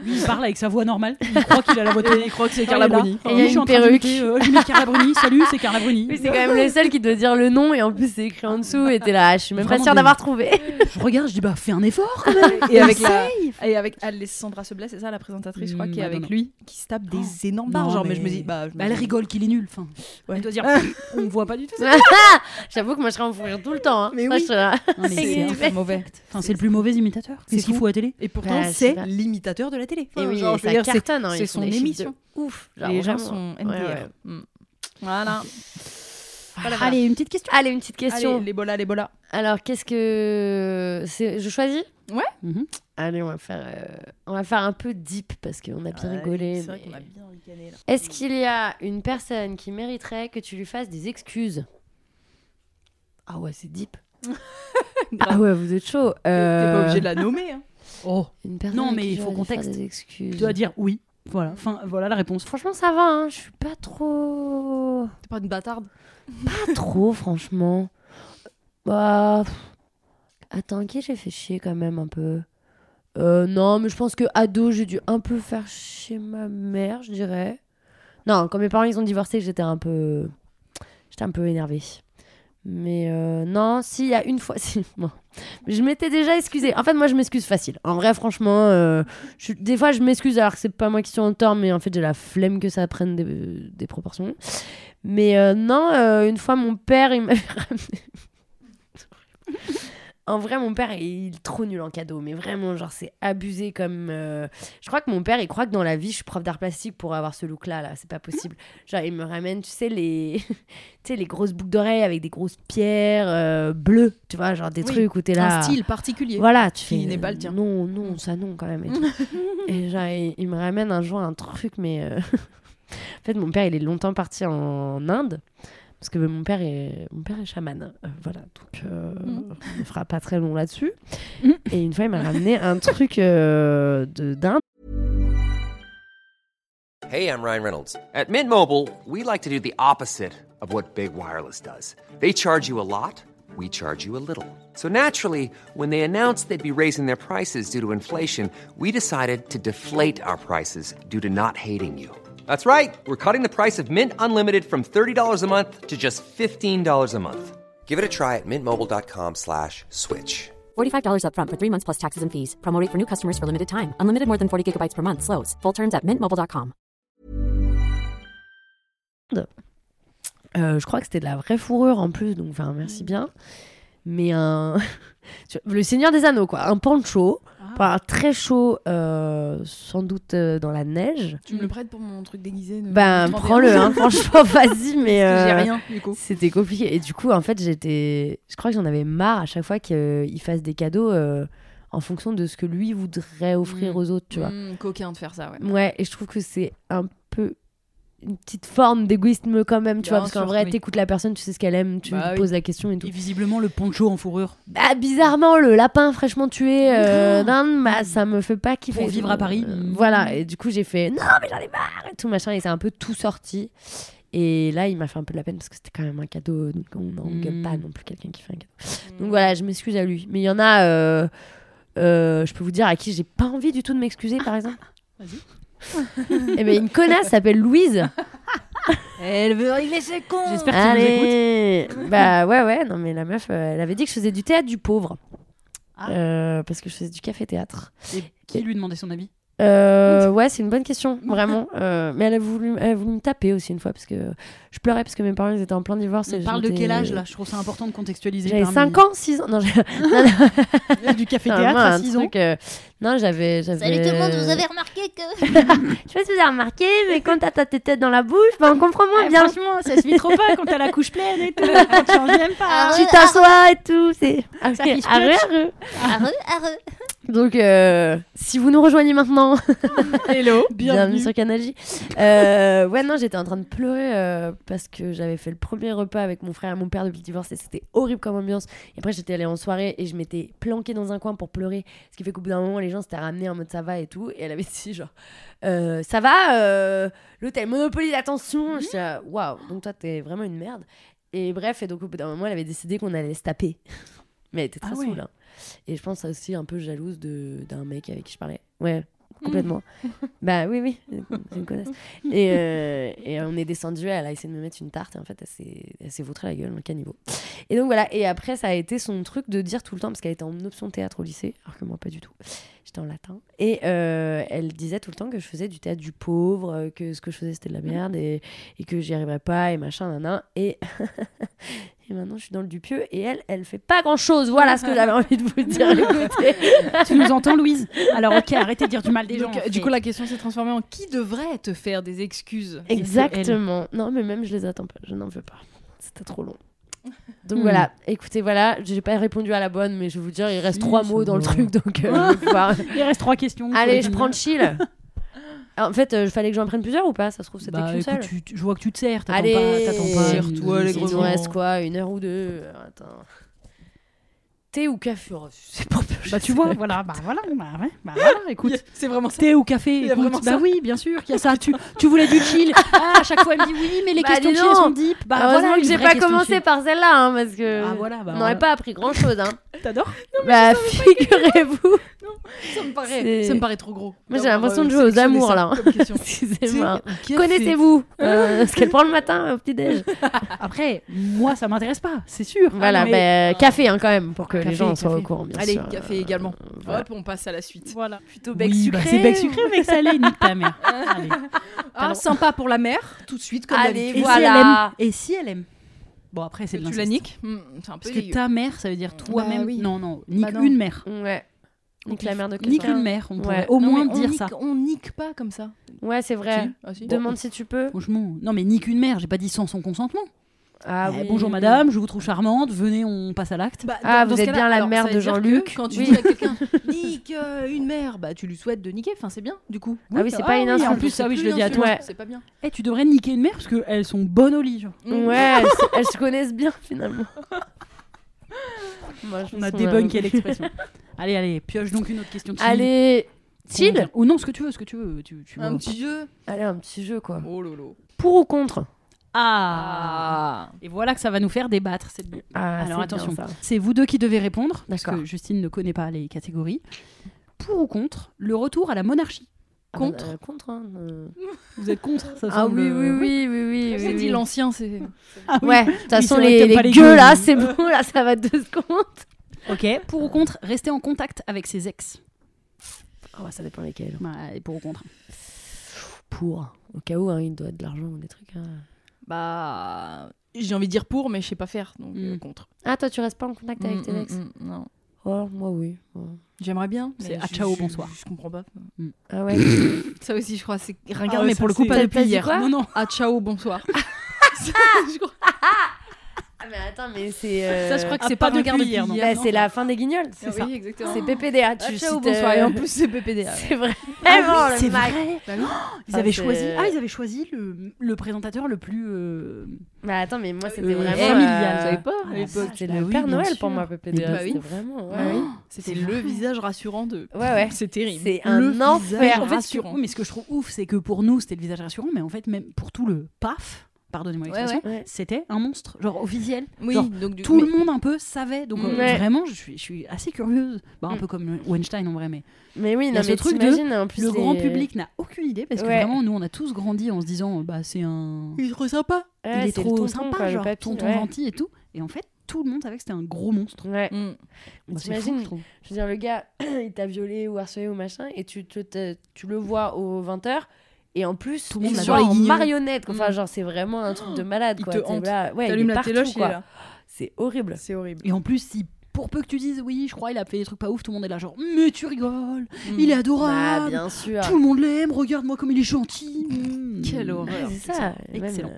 A: Lui, il parle avec sa voix normale. Il croit qu'il a la voix de Il croit que c'est
B: Carla Bruni.
C: il
A: Et
C: y a
A: je suis
C: une
A: en train d'imiter,
C: perruque.
A: euh, j'imite Carla Bruni. Salut, c'est Carla Bruni.
C: Mais c'est quand même le seul qui doit dire le nom et en plus c'est écrit en dessous et t'es là, ah, je suis même pas
A: Vraiment
C: sûre
A: des-
C: d'avoir *laughs* trouvé.
A: Je regarde, je dis bah fais un effort.
B: Ah, et avec la... et avec Alessandra Seblet, c'est ça la présentatrice, je crois,
A: Mm,
B: qui est avec
A: Madonna.
B: lui, qui se tape des
A: Oh.
B: énormes
A: Non,
B: barres. Genre, mais... je me
A: mais-
B: dis, bah, je me
A: elle
B: dis-
A: rigole qu'il est nul. Enfin,
B: Ouais.
A: elle doit dire on voit pas du tout. ça.
C: J'avoue que moi je serais en fou rire tout le temps. hein.
B: Mais
C: Moi,
B: oui.
C: je serais là.
A: Non, mais
C: C'est
A: c'est-
C: nul.
B: Enfin, mauvais.
A: enfin, c'est le plus mauvais imitateur.
B: C'est
A: C'est ce qu'il
B: fou.
A: faut à télé.
B: Et pourtant,
C: Ouais, je sais
B: c'est
C: pas.
B: l'imitateur de la télé.
C: Et
B: Enfin,
C: oui,
B: genre, je veux
C: ça
B: dire, c'est
C: cartonne, hein, ils
B: c'est
C: font
B: son
C: des chiffres de
B: émission.
C: Ouf. genre,
B: les gens
C: vraiment.
B: sont
C: Ouais, ouais.
B: NPR. Mm. Voilà. Voilà, voilà.
A: Allez, une petite question.
C: Allez, une petite question.
B: Allez, les bolas, les bolas.
C: Alors, qu'est-ce que c'est Je choisis.
B: Ouais.
A: Mhm.
C: Allez, on va faire, euh, on va faire un peu deep parce qu'on a bien rigolé.
B: C'est vrai
C: mais-
B: qu'on a bien ricané là.
C: Est-ce qu'il y a une personne qui mériterait que tu lui fasses des excuses Ah ouais, c'est
A: *laughs*
C: deep. ah ouais, vous êtes chaud.
B: T'es pas
C: Euh,
B: obligé de la nommer. Hein.
A: Oh,
C: Une personne
A: Non,
C: à
A: mais
C: qui
A: il
C: je
A: faut
C: vais lui faire
A: contexte.
C: Des excuses.
A: tu dois dire oui. Voilà. Enfin, voilà la réponse.
C: Franchement, ça va. Hein. Je suis pas trop,
B: T'es pas une bâtarde.
C: pas trop, franchement. Bah, pff. attends, qui j'ai fait chier quand même un peu. Euh, non, mais je pense que ado, j'ai dû un peu faire chez ma mère, je dirais. Non, quand mes parents ils ont divorcé, j'étais un peu, j'étais un peu énervée. Mais euh, non, si, il y a une fois, *laughs* si, bon. je m'étais déjà excusée. En fait, moi, je m'excuse facile. En vrai, franchement, euh, je suis- des fois, je m'excuse alors que c'est pas moi qui suis en tort, mais en fait, j'ai la flemme que ça prenne des, des proportions. *laughs* Mais euh, non, euh, une fois, mon père, il m'avait ramené. En vrai, mon père, il est trop nul en cadeau. Mais vraiment, genre, c'est abusé comme. euh, Je crois que mon père, il croit que dans la vie, je suis prof d'art plastique pour avoir ce look-là. Là, c'est pas possible. Genre, il me ramène, tu sais, les, *laughs* tu sais, les grosses boucles d'oreilles avec des grosses pierres euh, bleues. Tu vois, genre des
G: Oui,
C: trucs où t'es là.
G: Un style particulier.
C: Voilà, tu
G: qui
C: fais,
G: n'est pas
C: euh,
G: le tien.
C: Non, non, ça non quand même. Et,
G: *laughs*
C: tout. Et genre, il, il me ramène un jour un truc, mais euh, *laughs* en fait, mon père, il est longtemps parti en Inde parce que mon père est mon père est chaman. Euh, voilà, donc euh,
G: Mm.
C: on ne fera pas très long là-dessus.
A: Mm.
C: Et une fois, il m'a ramené un truc euh, de d'Inde.
I: Hey, I'm Ryan Reynolds. At Mint Mobile, we like to do the opposite of what Big Wireless does. They charge you a lot, we charge you a little. So naturally, when they announced they'd be raising their prices due to inflation, we decided to deflate our prices due to not hating you. That's right. We're cutting the price of Mint Unlimited from $30 a month to just $15 a month. Give it a try at mintmobile.com slash switch.
J: $45 upfront for three months plus taxes and fees. Promo rate for new customers for limited time. Unlimited more than 40 gigabytes per month. Slows. Full terms at mintmobile.com.
C: Euh, je crois que c'était de la vraie fourrure en plus, donc enfin merci bien. Mais un *laughs* tu vois, le Seigneur des Anneaux quoi, un poncho,
B: Ah.
C: enfin, très chaud, euh, sans doute euh, dans la neige.
B: Tu me le prêtes pour mon truc déguisé de-
C: Ben
B: de 31.
C: prends-le,
B: *laughs*
C: hein, franchement, vas-y, mais
B: Parce que J'ai
C: euh,
B: rien du coup.
C: c'était compliqué. Et du coup, en fait, j'étais, je crois que j'en avais marre à chaque fois qu'il fasse des cadeaux euh, en fonction de ce que lui voudrait offrir
B: Mm.
C: aux autres, tu vois.
B: Mm, coquin de faire ça, ouais.
C: Ouais, et je trouve que c'est un peu une petite forme d'égoïsme quand même, tu
B: Bien
C: vois, parce qu'en
B: sûr,
C: vrai,
B: oui.
C: t'écoutes la personne, tu sais ce qu'elle aime, tu
B: Bah
C: lui
B: oui.
C: poses la question et tout.
A: Et visiblement, le poncho en fourrure.
C: Bah, bizarrement, le lapin fraîchement tué euh, d'Inde, bah, ça me fait pas kiffer.
A: Pour vivre à Paris.
C: Euh, voilà, et du coup, j'ai fait non, mais j'en ai marre et tout machin, et c'est un peu tout sorti. Et là, il m'a fait un peu de la peine parce que c'était quand même un cadeau, donc on
B: Hmm.
C: n'engueule
A: Mm.
C: pas non plus quelqu'un qui fait un cadeau. Donc voilà, je m'excuse à lui. Mais il y en a, euh, euh, je peux vous dire à qui j'ai pas envie du tout de m'excuser,
B: Ah,
C: par exemple. Vas-y. et ben une connasse s'appelle Louise.
A: Elle veut régler ses cons. J'espère que tu nous écoutes.
C: Allez. Bah ouais, ouais, non mais la meuf, euh, elle avait dit que je faisais du théâtre du pauvre.
A: Ah.
C: Euh, parce que je faisais du café-théâtre.
A: Et qui lui demandait son avis
C: Euh, ouais, c'est une bonne question, vraiment.
A: *laughs*
C: Euh, mais elle a, voulu, elle a voulu me taper aussi une fois parce que je pleurais parce que mes parents ils étaient en plein divorce. et
A: On parle de
C: j'étais-
A: quel
B: euh,
A: âge là Je trouve ça important de contextualiser.
C: J'avais
A: parmi-
C: 5 ans, 6 ans. Non, j'ai- non, non,
A: *laughs* Du café
C: vraiment,
A: théâtre
B: Ah,
A: à
C: un
A: 6 ans.
C: truc, euh, Non, j'avais. Salut Euh.
E: remarqué que.
C: Je sais pas si vous avez remarqué, mais quand t'as ta tête dans la bouche, bah, on comprend moins bien.
A: Eh, Franchement, ça se vit trop pas quand t'as la couche pleine et tout. *laughs* Quand tu changes même pas.
C: Tu t'assois et tout. C'est. Ah,
A: Ça
C: ok,
A: fiche
C: arreux,
A: pioche.
C: arreux. Donc, euh, si vous nous rejoignez maintenant,
A: Hello.
C: bienvenue
A: Bienvenue.
C: sur Canal J. Euh, ouais, non, j'étais en train de pleurer euh, parce que j'avais fait le premier repas avec mon frère et mon père depuis le divorce et c'était horrible comme ambiance. Et après, j'étais allée en soirée et je m'étais planquée dans un coin pour pleurer. Ce qui fait qu'au bout d'un moment, les gens s'étaient ramenés en mode ça va et tout. Et elle avait *laughs* dit genre, Euh, ça va, euh, l'hôtel Monopoly,
A: Mhm.
C: attention. J'étais là, waouh, donc toi, t'es vraiment une merde. Et bref, et donc au bout d'un moment, elle avait décidé qu'on allait se taper. *laughs* Mais elle était très
A: Ah ouais.
C: saoule. hein. Et je pense aussi un peu jalouse de- d'un mec avec qui je parlais. Ouais, complètement. bah oui, oui, c'est une connasse. Et, euh, et on est descendu, elle a essayé de me mettre une tarte et en fait, elle s'est- elle s'est vautrée la gueule dans le caniveau. Et donc voilà, et après, ça a été son truc de dire tout le temps, parce qu'elle était en option théâtre au lycée, alors que moi, pas du tout. J'étais en latin. Et euh, elle disait tout le temps que je faisais du théâtre du pauvre, euh, que ce que je faisais, c'était de la merde et, et que j'y arriverais pas et machin, nanan. Et. *laughs* Et maintenant, je suis dans le Dupieux et elle, elle fait pas grand chose. Voilà ce que j'avais envie de vous dire. Écoutez.
A: Tu nous entends, Louise Alors, ok, arrêtez de dire du mal des
B: Donc, euh,
A: gens.
B: du coup, la question s'est transformée en qui devrait te faire des excuses
C: Exactement. Non, mais même je les attends pas. Je n'en veux pas. C'était trop long. Donc
A: Hmm.
C: voilà, écoutez, voilà, j'ai pas répondu à la bonne, mais je vais vous dire, il reste
A: Si,
C: trois
A: ça
C: mots dans le
A: va.
C: truc, donc euh,
A: *laughs*
C: on va pouvoir-
A: Il reste trois questions.
C: Allez, je prends le
A: *laughs*
C: chill. en fait, euh, fallait que j'en prenne plusieurs ou pas Ça se trouve, c'était
A: Bah,
C: qu'une
A: écoute,
C: seule.
A: tu- tu- je vois que tu te sers. T'attends
C: Allez,
A: pas. T'attends pas.
B: Serre-toi,
A: une-
B: les
C: Il
B: gros
C: nous
B: moments.
C: reste quoi Une heure ou deux Euh, Attends. Thé ou café Oh, C'est pas je
A: Bah, tu
C: sais
A: vois,
C: même
A: voilà. Bah, voilà. Bah, ouais, bah, voilà écoute.
B: C'est vraiment ça.
A: Thé ou café
B: Il y a
A: écoute,
B: vraiment
A: Bah
B: ça.
A: oui, bien sûr qu'il y a ça. Tu, tu voulais du chill. Ah, à chaque fois, elle me dit oui, mais les
C: Bah,
A: questions
C: dis
A: chill elles
C: donc.
A: sont deep. Bah,
C: Heureusement
A: voilà,
C: que
A: une
C: j'ai
A: vraie
C: pas
A: question
C: commencé
A: chill.
C: par celle-là, hein, parce que
A: Ah, voilà. Bah,
C: on n'aurait
A: voilà.
C: pas appris grand-chose.
A: *laughs*
C: Hein.
A: T'adores
C: bah,
A: *laughs*
C: figurez-vous.
B: Ça me
C: C'est-
B: paraît, ça me paraît trop gros.
C: Moi, j'ai
B: d'avoir,
C: l'impression de
B: euh,
C: jouer aux
B: sélectionné
C: amours,
B: ça
C: là.
B: comme *laughs* question.
C: Excusez-moi.
B: Thé
C: *laughs*
B: ou café
C: Connaissez-vous euh, ce qu'elle prend le matin au petit-déj
A: Après, moi, ça m'intéresse pas, c'est sûr.
C: *laughs*
A: Ah,
C: Voilà,
A: mais-
C: bah, café hein, quand même, pour que les
A: Café,
C: gens soient
A: café.
C: au courant, bien
B: Allez,
C: sûr.
B: café également.
C: voilà.
B: Hop, on passe à la suite.
A: Voilà.
C: Plutôt
A: Oui, bah, c'est bec sucré, bec salé, nique ta mère. Allez.
B: Ah, sympa pour la mère, tout de suite, comme
C: Allez,
B: d'habitude.
A: Et si
C: Voilà.
A: elle aime Et si elle aime Bon, après, c'est
B: Que
A: de
B: tu
A: l'inceste.
B: la niques Mm, C'est un peu
A: Parce que
B: dégueu.
A: ta mère, ça veut dire toi-même.
G: Bah oui.
A: Non, non, nique
G: non.
A: une mère.
C: Ouais. Nique
A: Donc,
C: la mère de quelqu'un.
A: Nique une mère, on
C: Ouais.
A: pourrait au
B: Non, mais
A: moins
B: on
A: dire
B: nique-
A: ça.
B: On nique pas comme ça.
C: Ouais, c'est vrai.
B: Si. Ah, si.
C: Demande si tu peux.
A: Franchement, non mais nique une mère, j'ai pas dit sans son consentement.
C: Ah,
A: Eh,
C: oui,
A: bonjour
C: oui, oui.
A: madame, je vous trouve charmante, venez on passe à l'acte.
G: Bah,
C: Ah,
G: dans- dans
C: vous
G: ce
C: êtes
G: cas-là,
C: bien la
G: alors,
C: mère
G: ça veut
C: de
G: dire que
C: Jean-Luc.
G: Quand tu
C: Oui.
G: dis à quelqu'un, nique euh, une mère, bah tu lui souhaites de niquer. Enfin, c'est bien, du coup.
C: Ah oui, c'est pas une insulte.
A: en plus,
C: c'est
A: ah oui, je
C: plus
A: le dis à
C: une
A: toi.
C: insulte.
B: C'est pas bien. Mmh.
A: Eh, tu devrais niquer une mère parce qu'elles sont bonnes au lit. genre.
C: Ouais, elles, se- elles se connaissent bien finalement. Moi, je
A: On
C: pense
A: a
C: qu'on
A: débunké l'expression. allez, allez, pioche donc une autre question.
C: *laughs*
A: chill.
C: Allez, chill.
A: Ou non, ce que tu veux, ce que tu veux. Tu, tu
B: Un
A: m'en-
B: petit jeu.
C: Allez, un petit jeu quoi.
B: Oh lolo.
C: Pour ou contre
A: Ah. Et voilà que ça va nous faire débattre. C'est bien.
C: Ah,
A: Alors
C: c'est bien,
A: attention,
C: ça.
A: c'est vous deux qui devez répondre parce
C: D'accord.
A: que Justine ne connaît pas les catégories. Pour ou contre le retour à la monarchie
C: Ah, ben,
A: Contre.
C: euh, contre. hein, euh.
A: Vous êtes contre ça
C: Ah
A: semble- euh,
C: oui, oui, oui, oui, oui.
B: J'ai
C: oui,
B: dit
C: oui.
B: l'ancien, c'est.
A: Ah oui.
C: Ouais, de toute façon,
A: c'est vrai que
C: les,
A: t'aimes
C: les
A: pas les
C: gueux
A: gueux,
C: là,
A: oui.
C: c'est bon, là, ça va deux secondes.
A: Ok. Pour ou contre rester en contact avec ses ex
C: Ah ouais, ça dépend lesquels.
A: Bah, et Pour ou contre
C: Pour. Au cas où, hein, il doit de l'argent ou des trucs. hein.
B: Bah. J'ai envie de dire pour, mais je sais pas faire, donc euh,
A: Mm.
B: contre.
C: Ah, toi, tu restes pas en contact avec
B: Mm,
C: tes
B: mm,
C: ex
B: mm, Non.
C: Oh, moi, oui. ouais.
B: J'aimerais bien. mais
A: C'est à
B: je-
A: ciao,
B: je-
A: bonsoir.
B: Je comprends pas.
C: Ah ouais
B: Ça aussi, je crois, c'est
C: Ah
A: Regarde,
B: ringard, mais pour le coup, pas
C: T'as-
B: depuis
C: t'as dit
B: hier.
C: quoi
A: Non, non.
B: Ah, ciao, bonsoir. je crois,
C: Ah, mais attends, mais c'est. euh,
B: ça, je crois que
A: Ah,
B: c'est
A: pas
B: pas regard
A: depuis
B: depuis
A: hier,
B: hier.
A: non.
C: Bah,
B: non
C: c'est la fin des guignols, c'est
B: Ah
C: ça.
B: Oui, exactement.
C: C'est PPDA. Tu
B: Ah,
C: cites,
B: ciao, bonsoir. Et en
C: euh,
B: plus, *laughs* c'est PPDA.
C: C'est vrai.
A: Ah oui, c'est
C: Eh, oh, le Mac.
A: Ils
C: Ça,
A: avaient
C: c'est-
A: choisi. Ah, ils avaient choisi le, le présentateur le plus. euh,
C: Mais Bah, attends, mais moi, c'était
B: Euh,
C: vraiment.
A: familial,
C: euh,
A: vous savez pas,
C: ah,
A: à
C: la
A: l'époque.
C: vache, C'était
A: Bah
C: le
A: oui,
C: Père
A: bien
C: Noël
A: sûr.
C: pour moi, PPDA.
B: Bah oui.
C: C'était vraiment. ouais,
A: Ah.
C: oui.
B: C'était le visage rassurant de.
C: Ouais, ouais.
B: *laughs* C'est terrible.
C: C'est un enfer.
A: en fait, ce que-
B: rassurant.
A: oui, mais ce que je trouve ouf, c'est que pour nous, c'était le visage rassurant, mais en fait, même pour tout le paf, pardonnez-moi
B: Ouais,
A: l'expression,
C: ouais. Ouais.
A: c'était un monstre, genre officiel.
B: Oui,
A: Genre,
B: donc du
A: tout
B: mais-
A: le monde un peu savait, donc euh,
C: Ouais.
A: vraiment, je suis, je suis assez curieuse. Bah, un
C: Mm.
A: peu comme Weinstein en vrai, mais
C: Mais oui,
A: Il y
C: non,
A: a ce
C: mais
A: truc de
C: t'imagines, en plus.
A: le
C: les-
A: grand public n'a aucune idée parce que
C: Ouais.
A: vraiment, nous, on a tous grandi en se disant, bah, c'est un.
B: Il se ressent pas.
C: Ouais,
A: il est
C: c'est le
A: trop
C: tonton,
A: sympa,
C: quoi, le
A: genre
C: papy,
A: tonton
C: ouais.
A: gentil et tout. Et en fait, tout le monde savait que c'était un gros monstre.
C: Ouais.
B: Mmh.
A: Bah, c'est fou,
C: T'imagines,
A: je trouve.
C: Je veux dire, le gars, *clears throat* il t'a violé ou harcelé ou machin, et tu, tu, te- tu le vois aux 20h, et en plus,
A: Tout le monde
C: tu
A: l'adore.
C: vois
A: Les
C: en
A: guignols.
C: marionnette. quoi. Enfin,
B: Mm.
C: genre, c'est vraiment un truc de malade.
B: Il
C: quoi.
B: te
C: T'es
B: hante.
C: là- Ouais, il
B: T'allumes
C: est
B: la
C: partout,
B: téloche, il est
C: quoi.
B: là. Bah,
C: C'est horrible.
B: C'est horrible.
A: Et en plus, si pour peu que tu dises oui, je crois, il a fait des trucs pas ouf, tout le monde est là, genre, mais tu rigoles,
B: Mm.
A: il est
C: Bah,
A: adorable,
C: bien sûr.
A: tout le monde l'aime, regarde-moi comme il est gentil. Mm.
B: Quelle
C: Ouais,
B: horreur.
C: c'est ça. et même,
A: Excellent.
C: euh,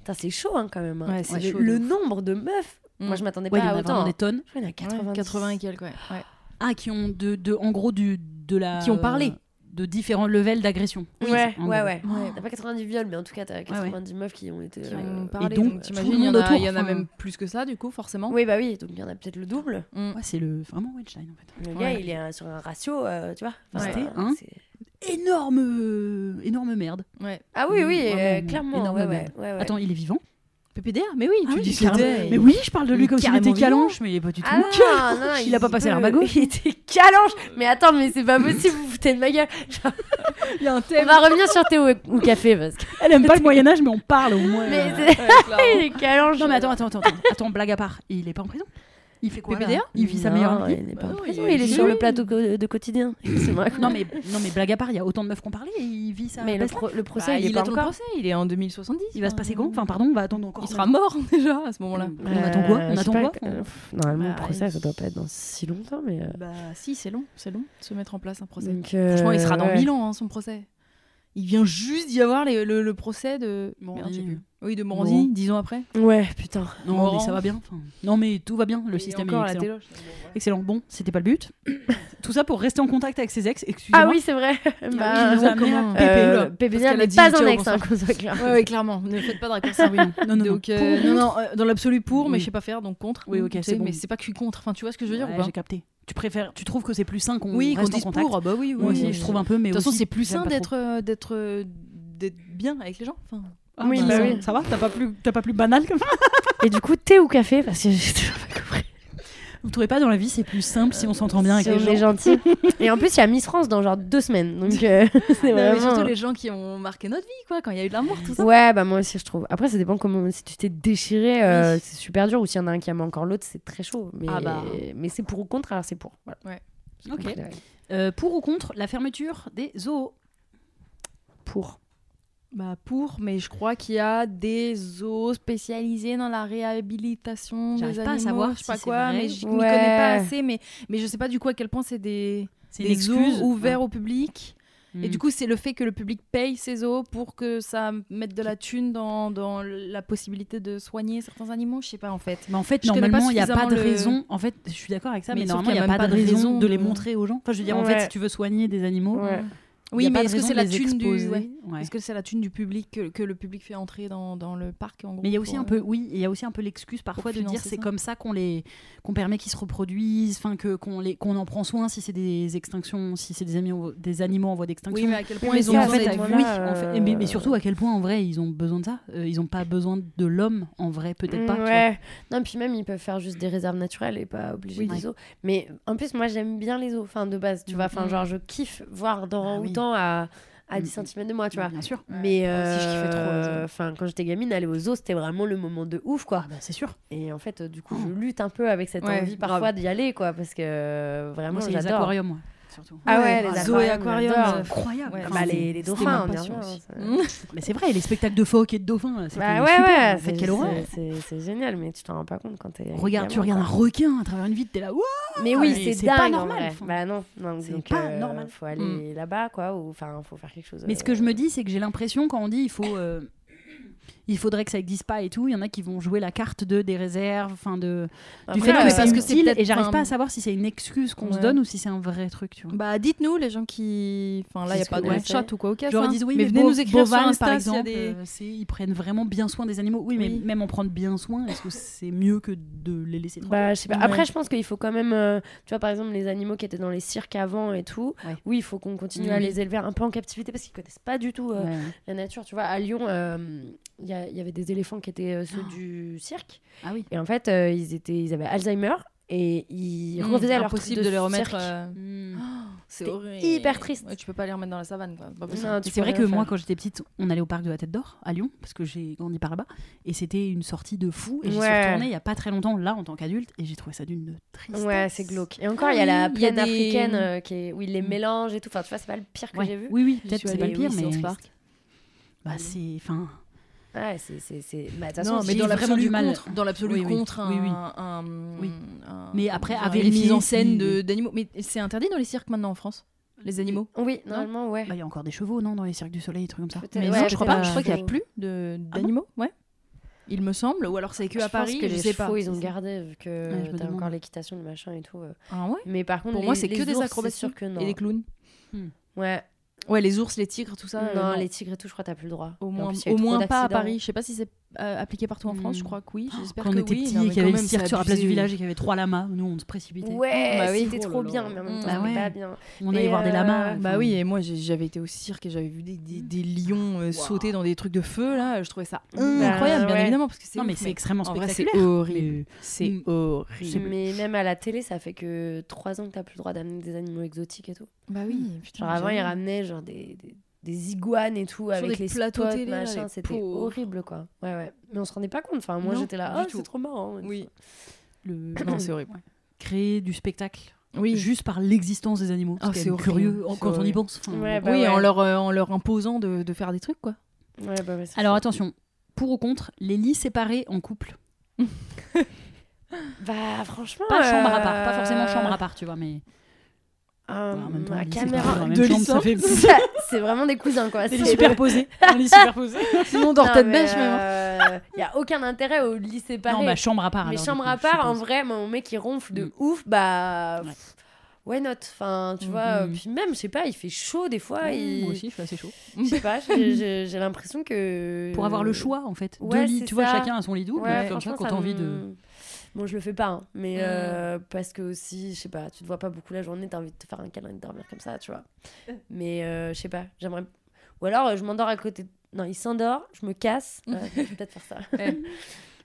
C: Putain, c'est chaud hein, quand même. hein.
B: Ouais, c'est
C: le,
B: chaud de
C: le
B: ouf.
C: nombre de meufs.
B: Mm.
C: Moi, je m'attendais
A: Ouais, il y
C: pas
A: en
C: à
A: a vraiment
C: Bah, autant.
A: des tonnes.
C: Je crois qu'il y en a 90.
B: 80 et quelques, ouais. ouais.
A: Ah, qui ont de, de- en gros du, de la.
B: Qui ont parlé.
A: De différents levels d'agression.
C: Ouais,
A: en
C: ouais,
A: gros.
C: ouais. T'as pas 90 viols, mais en tout cas, t'as 90 meufs qui ont été.
B: Qui
C: euh,
B: ont parlé,
A: donc,
B: donc,
A: tout le
B: t'imagines, il y en
A: monde
B: a, il
A: autour,
B: y en a
A: enfin.
B: même plus que ça, du coup, forcément.
C: Oui, bah oui, donc il y en a peut-être le double.
B: Mm.
A: Ouais, c'est le, vraiment Weinstein en fait.
C: Le
B: Ouais.
C: gars, il est euh, sur un ratio, euh, tu vois.
A: C'était
C: euh,
A: un-
C: c'est-
A: Énorme, euh, énorme merde.
B: Ouais.
C: Ah oui, oui,
A: Mm,
C: euh,
A: vraiment,
C: clairement.
A: énorme
C: Ouais, ouais,
A: merde.
C: ouais, ouais.
A: Attends, il est vivant
B: PPDA Mais Ah oui,
C: Ah
B: tu dis
A: carrément.
B: c'était.
A: Mais oui, je parle de
B: il
A: lui
B: est
A: comme s'il
B: carrément
A: était
B: vivant.
A: calanche, mais il est pas du tout.
C: Ah non, non,
A: *laughs* Il a pas passé
C: peut-
A: l'arme à
C: *laughs*
A: gauche.
C: Il était calanche. Mais attends, mais c'est *laughs* pas possible, vous vous foutez de ma gueule.
B: Il y a un
C: On
B: thème.
C: va revenir sur thé ou, ou café parce que.
A: *laughs*
C: euh,
A: Elle aime pas
B: *laughs*
A: le Moyen-Âge, mais on parle au moins.
C: Mais
A: là.
C: c'est-
B: hein.
C: il est calanche.
A: Non, mais attends, attends, attends, attends, attends, blague à part. Il est pas en prison Il fait quoi là
B: PPDA
A: Il vit sa
C: Non,
A: meilleure vie
C: Il n'est pas
B: Bah
C: en
B: non,
C: prison,
B: il est
C: il est
B: chez
C: sur le
B: lui.
C: plateau co- de quotidien. Excusez-moi.
A: non mais, non mais blague à part, il y a autant de meufs qu'on parlait, il vit
C: *laughs*
A: ça.
C: Mais le, pro- le procès,
B: Bah,
C: il est
B: il
C: pas
B: attend le
C: encore.
B: procès, il est en 2070.
A: Il va se passer
B: enfin,
A: quand Enfin pardon, on va attendre encore.
B: Il sera mort *laughs* déjà à ce moment-là.
A: On attend quoi
C: Euh,
A: On
C: je sais
A: attend
C: pas,
A: quoi
C: euh, pff, Normalement, le
B: Bah,
C: procès, ça doit pas être dans si longtemps, mais. euh,
B: Bah si, c'est long, c'est long de se mettre en place un procès.
C: donc, euh,
B: Franchement, il sera dans
C: ouais.
B: 1000 ans, hein, son procès. Il vient juste d'y avoir les- le, le procès de.
A: Morandini.
B: Merde, je sais plus. Oui, de Morandini,
A: Bon.
B: 10 ans après.
C: Ouais, putain.
A: Non mais ça va bien. enfin. Non mais tout va bien, le
B: Et
A: système est
B: encore à la
A: excellent.
B: téloche.
A: Excellent. Bon, c'était pas le but. *coughs* Tout ça pour rester en contact avec ses ex. Excusez-moi.
C: Ah oui, c'est vrai.
A: Ah,
C: Bah,
A: il nous a mis
B: comment
C: euh,
A: un pépé, là.
C: Pépé
B: qu'elle a
C: n'est
B: dit
C: pas
B: ciao,
C: un ex,
B: bonsoir.
C: hein, qu'on soit clair.
B: Ouais, ouais, clairement. Ne faites pas de raccourcis. *laughs* oui.
A: Non, non, non.
B: Donc, euh,
A: Pour,
B: non,
A: contre.
B: non, euh, dans l'absolu pour, mais
A: Oui.
B: je sais pas faire, donc contre.
A: Oui, ok,
B: tu
A: c'est
B: sais,
A: bon.
B: Mais c'est pas que je suis contre. Enfin, tu vois ce que je veux dire
A: Ouais,
B: ou pas
A: j'ai capté. Tu préfères, tu trouves que c'est plus sain qu'on
B: Oui, qu'on
A: reste en
B: dise
A: contact.
B: pour. ah Bah oui, oui.
A: Moi aussi,
B: oui.
A: je trouve un peu. Mais
B: De toute façon,
A: aussi,
B: c'est plus
A: j'aime
B: sain
A: pas
B: d'être euh, d'être euh, d'être bien avec les gens. *laughs* Enfin,
A: trop. Ah,
C: Oui,
A: bah,
C: bah
A: ça-
C: oui.
A: Ça va T'as pas plus, t'as pas plus banal comme ça
C: Et du coup, thé ou café Parce que j'ai toujours pas compris.
A: Vous trouvez pas dans la vie, c'est plus simple si on s'entend bien avec
C: Si on
A: les gens.
C: est gentil. *laughs* Et en plus, il y a Miss France dans genre deux semaines. Donc, *laughs* euh, c'est
B: Non, mais
C: vraiment.
B: surtout les gens qui ont marqué notre vie, quoi, quand il y a eu de l'amour, tout ça.
C: Ouais, bah moi aussi, je trouve. Après, ça dépend comment. Si tu t'es déchiré, euh, c'est super dur. Ou s'il y en a un qui aime encore l'autre, c'est très chaud. Mais,
B: Ah bah.
C: mais c'est pour ou contre, alors c'est pour. Voilà.
B: Ouais.
C: J'ai
A: Ok.
C: compris la règle.
A: Euh, pour ou contre la fermeture des zoos
C: Pour.
B: Bah pour, mais je crois qu'il y a des zoos spécialisés dans la réhabilitation des
A: J'arrive
B: animaux,
A: pas à savoir
B: je sais pas
A: si c'est
B: quoi,
A: vrai
B: mais je
A: ou-
B: m'y connais pas
C: Ouais.
B: assez, mais mais je sais pas du coup à quel point c'est des,
A: C'est
B: des zoos ouverts au public.
A: Mm.
B: Et du coup, c'est le fait que le public paye ses zoos pour que ça mette de la thune dans, dans la possibilité de soigner certains animaux. Je sais pas en fait.
A: Mais en fait,
B: Je connais pas
A: normalement, il n'y a pas
B: suffisamment
A: de
B: le-
A: raison. En fait, je suis d'accord avec ça,
B: Mais
A: mais,
B: sauf
A: normalement, il
B: qu'il y
A: n'y
B: a
A: a,
B: même
A: pas de raison de les
B: de-
A: montrer aux gens. Enfin, je veux dire, en
C: Ouais.
A: fait, si tu veux soigner des animaux, il y
B: Oui,
A: a pas
B: mais
A: de
B: est-ce que
A: raison
B: c'est
A: de
B: la
A: les
B: thune du
A: exposer.
B: ouais.
A: Ouais.
B: Est-ce que c'est la thune du public que, que le public fait entrer dans, dans le parc en gros
A: Mais il y a aussi
B: pour, euh,
A: un peu, oui, il y a aussi un peu l'excuse parfois de dire
B: financer
A: c'est
B: ça.
A: comme ça qu'on les, qu'on permet qu'ils se reproduisent, enfin que qu'on les, qu'on en prend soin si c'est des extinctions, si c'est des animaux, des animaux en voie d'extinction.
B: Oui, mais à quel point
A: Mais
B: ils
A: c'est
B: ont
A: en
B: besoin euh.
A: fait,
B: d'être
A: oui, en fait, et mais, mais surtout à quel point en vrai ils ont besoin de ça. Euh, ils n'ont pas besoin de l'homme en vrai, peut-être pas. tu vois.
C: Mm, Ouais. Non, puis même, ils peuvent faire juste des réserves naturelles et pas obliger
A: Oui.
C: des zoos. Mais en plus, moi, j'aime bien les zoos, enfin, de base, tu vois. Enfin,
B: Mhm.
C: genre, je kiffe voir
A: Ah
C: dans
A: oui.
C: autant à, à
A: Mhm.
C: 10 cm de moi, tu vois.
A: Bien sûr.
C: Mais
B: moi aussi, je kiffais trop les zoos.
C: euh, enfin, quand j'étais gamine, aller aux zoos, c'était vraiment le moment de ouf, quoi.
A: Ah bah, c'est sûr.
C: Et en fait, euh, du coup,
A: Oh.
C: je lutte un peu avec cette
B: Ouais,
C: envie parfois d'y aller, quoi, parce que euh, vraiment,
A: Moi, c'est les
C: j'adore.
A: aquariums, moi, surtout.
C: Ah ouais, les
A: Ah,
C: aquariums.
A: zoo et
B: aquarium,
C: j'adore.
B: euh,
A: Incroyable.
B: Ouais.
C: Ah
A: Enfin,
C: Bah,
A: c'est-
C: les, les
B: c'était
C: dauphins,
B: ma
C: bien
B: passion
C: sûr.
B: aussi.
C: ça-
A: Mais c'est vrai, les spectacles de phoques et de dauphins, Mm. c'est
C: Bah
A: quand
C: ouais,
A: même super.
C: ouais.
A: en fait,
C: c'est-
A: quelle horreur.
C: c'est- C'est c'est génial, mais tu t'en rends pas compte quand t'es.
A: Regarde, tu
C: gamin,
A: regardes un
C: quoi.
A: requin à travers une vitre, t'es là, Ouah
C: Mais oui,
A: mais
C: c'est
A: c'est
C: dingue.
A: pas
C: en
A: normal,
C: vrai.
A: enfin.
C: Bah non, non
A: C'est
C: donc,
A: pas
C: euh,
A: normal.
C: Faut aller là-bas, quoi, ou enfin, faut faire quelque chose.
A: Mais ce
C: euh,
A: que je me dis, c'est que j'ai l'impression quand on dit il faut, euh, il faudrait que ça existe pas et tout, il y en a qui vont jouer la carte de des réserves, enfin de
C: après,
A: du
C: euh,
A: fait
B: non,
A: que
B: mais
A: c'est
B: Bah parce que c'est
A: utile.
B: peut-être-
A: et j'arrive
B: enfin,
A: pas à savoir si c'est une excuse qu'on se
B: ouais.
A: donne ou si c'est un vrai truc, tu vois.
B: Bah dites-nous les gens qui enfin là il y a
C: C'est
B: pas
C: ce
B: de
C: que- ouais.
B: chat ou quoi au cas
A: Genre
B: hein.
A: ils disent oui,
B: mais, venez
A: Bo-
B: nous écrire
A: Bovine,
B: sur Insta
A: par
B: s'il y a
A: exemple,
B: des-
A: euh, c'est- ils prennent vraiment bien soin des animaux. Oui,
B: Oui.
A: mais même en prendre bien soin, est-ce que c'est mieux que de les laisser tranquilles
C: Bah, je sais pas.
A: Ouais.
C: Après, je pense qu'il faut quand même. euh, tu vois, par exemple, les animaux qui étaient dans les cirques avant et tout.
A: Ouais.
C: Oui, il faut qu'on continue à
A: Mhm.
C: les élever un peu en captivité parce qu'ils connaissent pas du tout euh,
A: Ouais.
C: la nature. Tu vois, à Lyon, euh, il y, a- il y avait des éléphants qui étaient euh, ceux
A: Oh.
C: du cirque.
A: Ah oui.
C: Et en fait, euh, ils, étaient, ils avaient Alzheimer et ils
A: Mm,
B: Hmm,
C: refaisaient leur truc
B: impossible
C: de,
B: de les remettre
C: cirque.
B: euh, c'est
C: C'était
B: horrible.
C: hyper triste.
B: Ouais, tu peux pas les remettre dans la savane quoi. Pas possible.
C: Non,
A: Et
C: tu
A: C'est
C: peux
A: vrai que
C: rien
A: moi,
C: faire.
A: quand j'étais petite, on allait au parc de la Tête d'Or à Lyon, parce que j'ai grandi par là-bas, et c'était une sortie de fou. Et j'y suis
C: Ouais.
A: retournée il y a pas très longtemps, là, en tant qu'adulte, et j'ai trouvé ça d'une tristesse.
C: Ouais, c'est glauque. Et encore, il y a
B: Ah
C: la
B: oui, il y a
C: plaine
B: des-
C: africaine euh, qui est- où ils les
A: Mm.
C: mélangent et tout. Enfin, tu vois, c'est pas le pire que
A: Ouais.
C: j'ai vu.
A: Oui, oui,
B: J'y
A: peut-être
B: suis
A: c'est pas
C: allée,
A: le pire,
C: oui,
A: mais
C: c'est
B: triste.
A: bah, c'est. Enfin,
C: Ouais, c'est. c'est- c'est- bah, de toute façon,
B: Non, mais
C: si-
A: j'ai
B: dans
A: vraiment
B: l'absolu
A: du mal.
B: contre, dans l'absolu
A: Oui, oui.
B: contre un,
A: Oui, oui.
B: un-
A: Oui.
B: un-
A: Mais après, à
B: genre une
A: vérifier
B: mise en scène
A: si-
B: de- d'animaux. Mais c'est interdit dans les cirques maintenant en France, les animaux.
C: Oui, normalement, ouais.
A: bah, il y a encore des chevaux, non, dans les cirques du soleil, des trucs comme ça.
C: Peut-être,
B: Mais
C: ouais,
B: non, je crois pas.
C: peut-être
B: Je crois qu'il y a
C: que-
B: plus de d'animaux. ouais. Il me semble, ou alors c'est que
C: Je
B: à
C: pense
B: Paris.
C: que
B: je
C: les
B: sais
C: chevaux,
B: pas.
C: ils ont gardé vu que
A: Ouais, je me
C: t'as
A: demande.
C: encore l'équitation, le machin et tout. euh.
B: Ah ouais.
C: Mais par contre,
B: Pour
C: les-
B: moi, c'est
C: les
B: que des
C: ours, c'est
B: acrobaties
C: sûr que non.
B: Et des clowns.
C: Ouais.
B: Ouais, les ours, les tigres, tout ça. euh,
C: non,
B: non.
C: les tigres et tout, je crois que t'as plus le droit.
B: Au
C: En
B: moins,
C: plus, il y a
B: au
C: eu trop
B: moins pas à
C: d'accidents.
B: Paris. Je sais pas si c'est euh, appliqué partout en France. Je
A: Hmm.
B: crois que oui. *gasps* J'espère
A: Quand on
B: que
A: était
B: oui.
A: petits
B: Non,
A: et
B: mais
A: qu'il y avait
B: quand
A: le
B: même,
A: cirque
B: c'est
A: sur la place du
B: abusé.
A: village et qu'il y avait trois lamas, nous on se précipitait.
C: Ouais,
B: Bah oui.
C: c'était
A: Oh
C: trop
A: là
C: bien,
A: là.
C: mais en même temps,
B: Bah
C: c'était
A: ouais.
C: pas bien.
A: On allait
C: Mais,
A: voir des
C: euh,
A: lamas.
C: Bah
A: enfin,
B: Bah oui, et moi j'ai- j'avais été au cirque et j'avais vu des, des, des lions euh, sauter dans des trucs de feu là, je trouvais ça
C: Bah
B: incroyable bien
C: ouais.
B: évidemment parce que c'est
A: Non, mais
B: ouf, Mmh.
A: c'est extrêmement
B: en vrai, c'est
A: spectaculaire.
B: horrible. c'est
A: Mm.
B: horrible.
C: Mais même à la télé, ça fait que 3 ans que t'as plus le droit d'amener des animaux exotiques et tout.
B: Bah oui, putain.
C: Genre avant, ils
B: j'avoue.
C: ramenaient genre des, des, des iguanes et tout avec
B: des
C: les
B: plateaux
C: spots,
B: télé, là,
C: machin,
B: les
C: c'était
B: pauvres.
C: horrible quoi. Ouais ouais. Mais on se rendait pas compte. Enfin, moi
A: Non,
C: j'étais là,
A: du
C: ah
A: tout.
C: c'est trop marrant.
B: Oui.
A: Le-
B: Non, c'est horrible.
A: Créer du spectacle
B: Oui.
A: juste par l'existence des animaux. c'est
B: Ah,
A: quand
B: c'est
A: même
B: horrible.
A: curieux en-
B: C'est
A: quand on y
B: horrible.
A: pense. Enfin,
C: Ouais,
A: bon.
C: bah
B: oui, en
C: ouais.
B: leur euh, en leur imposant de, de faire des trucs *laughs* quoi.
C: Ouais, bah ouais, c'est
A: Alors
C: chaud.
A: attention, pour ou contre, les lits séparés en couple.
C: Bah franchement.
A: Pas
C: euh,
A: chambre à part, pas forcément chambre à part, tu vois, mais
C: euh,
A: en même temps,
C: ma
A: les lits séparés dans
C: caméra.
A: la même chambre, ça fait
C: Ça, *laughs* c'est vraiment des cousins quoi.
A: des
C: C'est
A: lits
C: *laughs*
A: superposés, un lit superposé.
B: Sinon on
C: Non,
B: dort tête
C: mais,
B: bêche même. hein.
C: euh, Y a aucun intérêt au lit séparé.
A: Non, ma bah, chambre à part.
C: Mais
A: alors,
C: chambre
A: du
C: à
A: coup, je
C: part, en
A: suppose.
C: vrai, moi, mon mec il ronfle de
A: Mm.
C: ouf, bah.
A: Ouais.
C: pff, Why not Enfin, tu vois,
A: Mhm.
C: puis même, je sais pas, il fait chaud des fois. il- Euh,
A: Moi aussi, je suis assez chaud.
C: Je sais pas,
A: *laughs*
C: j'ai- j'ai j'ai l'impression que.
A: Pour avoir le choix, en fait.
C: ouais,
A: Deux lits,
C: c'est
A: tu vois,
C: ça.
A: chacun a son lit double.
C: Ouais,
A: comme ça,
C: franchement,
A: quand t'as envie de. Mm.
C: me- Bon, je le fais pas, hein, mais euh, parce que aussi, je sais pas, tu te vois pas beaucoup la journée, t'as envie de te faire un câlin et de dormir comme ça, tu
A: *laughs*
C: vois. Mais euh, je sais pas, j'aimerais. Ou alors, euh, je m'endors à côté. de- Non, il s'endort, je me casse.
A: *laughs*
C: Ouais, je vais peut-être faire ça.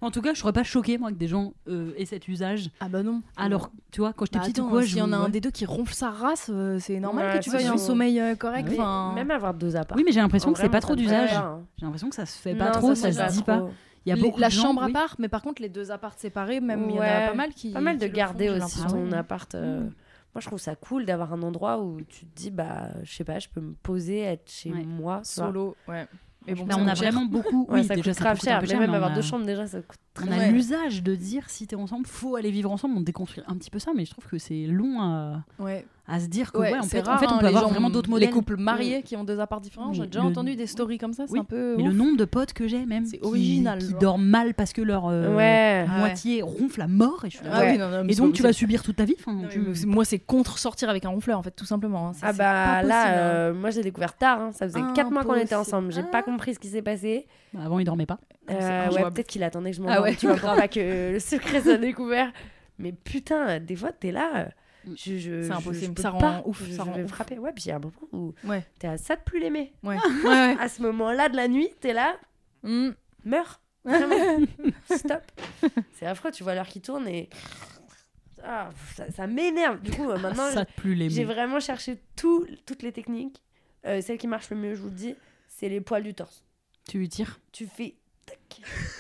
A: En tout cas, je serais pas choquée, moi, que des gens euh, aient cet usage.
B: Ah bah non.
A: Alors, tu vois, quand j'étais
B: Bah
A: petite
B: attends,
A: ou quoi,
B: s'il y en a
A: ouais.
B: un des deux qui ronfle sa race, euh, c'est normal
C: Ouais,
B: que tu
C: c'est
B: veuilles un
C: chaud.
B: sommeil euh, correct.
A: Ouais.
B: Enfin,
C: Même avoir deux apparts.
A: Oui, mais j'ai l'impression que c'est pas trop d'usage.
C: J'ai
A: J'ai l'impression que ça se fait pas trop, ça, se dit pas. Il y a
B: les-
A: beaucoup
B: la
A: de gens,
B: chambre
A: oui.
B: à part, mais par contre les deux appartes séparés, même il y en a
C: Ouais.
B: pas mal qui.
C: Pas mal
B: qui
C: de
B: le font,
C: garder
B: j'ai
C: aussi
B: l'impression.
A: Ah
C: ton appart. euh,
A: Mm.
C: Moi, je trouve ça cool d'avoir un endroit où tu te dis, bah, je sais pas, je peux me poser, être chez
A: Ouais.
C: moi. tu vois.
B: solo, ouais.
G: Mais bon,
A: Là,
G: ça
A: on a
G: coûte cher.
A: vraiment beaucoup.
C: Ouais,
A: oui,
C: ça
A: déjà,
C: coûte
A: ça
C: grave
A: coûte un
C: cher.
A: peu
C: Mais même
A: mais on
C: avoir
A: a-
C: deux chambres, déjà, ça coûte
A: On
C: très
A: a
G: Ouais.
A: l'usage de dire si t'es ensemble, faut aller vivre ensemble. On déconstruit un petit peu ça, mais je trouve que c'est long à,
G: Ouais.
A: à se dire que
G: Ouais,
A: ouais, en,
G: c'est
A: fait, en
G: rare,
A: fait, on
G: hein,
A: peut
G: les
A: avoir
G: gens-
A: vraiment d'autres
B: les
A: modèles.
B: couples mariés qui ont deux apparts différents.
A: Oui,
B: J'ai déjà
A: le-
B: entendu des stories comme ça. C'est
A: Oui,
B: un peu.
A: Mais le
B: ouf.
A: nombre de potes que j'ai même,
B: C'est
A: qui-
B: original,
A: qui,
B: genre.
A: dorment mal parce que leur euh,
C: Ouais.
B: Ah ouais.
A: moitié ronfle à mort. Et, je suis là,
B: Ah oui,
C: Ouais.
B: non, non, mais
A: et
B: c'est
A: donc
B: pas
A: tu
B: possible.
A: vas subir toute ta vie. Enfin,
B: Non, mais
A: tu-
B: me- c'est- Moi, c'est contre sortir avec un ronfleur, en fait, tout simplement. hein. Ça,
C: Ah
B: c'est
C: bah
B: pas possible,
C: là,
B: hein. Ah,
C: euh, moi j'ai découvert tard, hein. ça faisait 4 mois qu'on était
B: Impossible. Ah.
C: ensemble, j'ai pas compris ce qui s'est passé.
A: Bah, Avant, ils dormaient pas.
C: Euh, ouais,
B: injouable.
C: peut-être qu'il attendait que je m'en
B: Ah ouais,
C: tu vois, pour pas que le secret soit découvert. Mais putain, des fois t'es là, euh, je, je, je-
B: Mm. impossible,
C: je peux
B: ça rend
C: pas,
B: ouf,
C: je,
B: ça
C: je
B: rend
C: vais
B: ouf.
C: frapper. Ouais, puis il y a un moment où
B: Ouais.
C: t'es à ça de plus
B: *laughs*
C: l'aimer.
B: Ouais. ouais,
A: *laughs*
B: ouais.
C: À ce moment-là de la nuit, t'es là,
B: Mm.
C: meurs,
B: *laughs*
C: Vraiment. stop. C'est affreux, tu vois l'heure qui tourne et Ah, ça, ça m'énerve. Du coup, euh,
B: Ah,
C: maintenant,
A: ça plus les
C: J'ai vraiment cherché tout- toutes les techniques. Euh, celle qui marche le mieux, je vous le dis, c'est les poils du torse.
A: Tu lui tires.
C: Tu fais.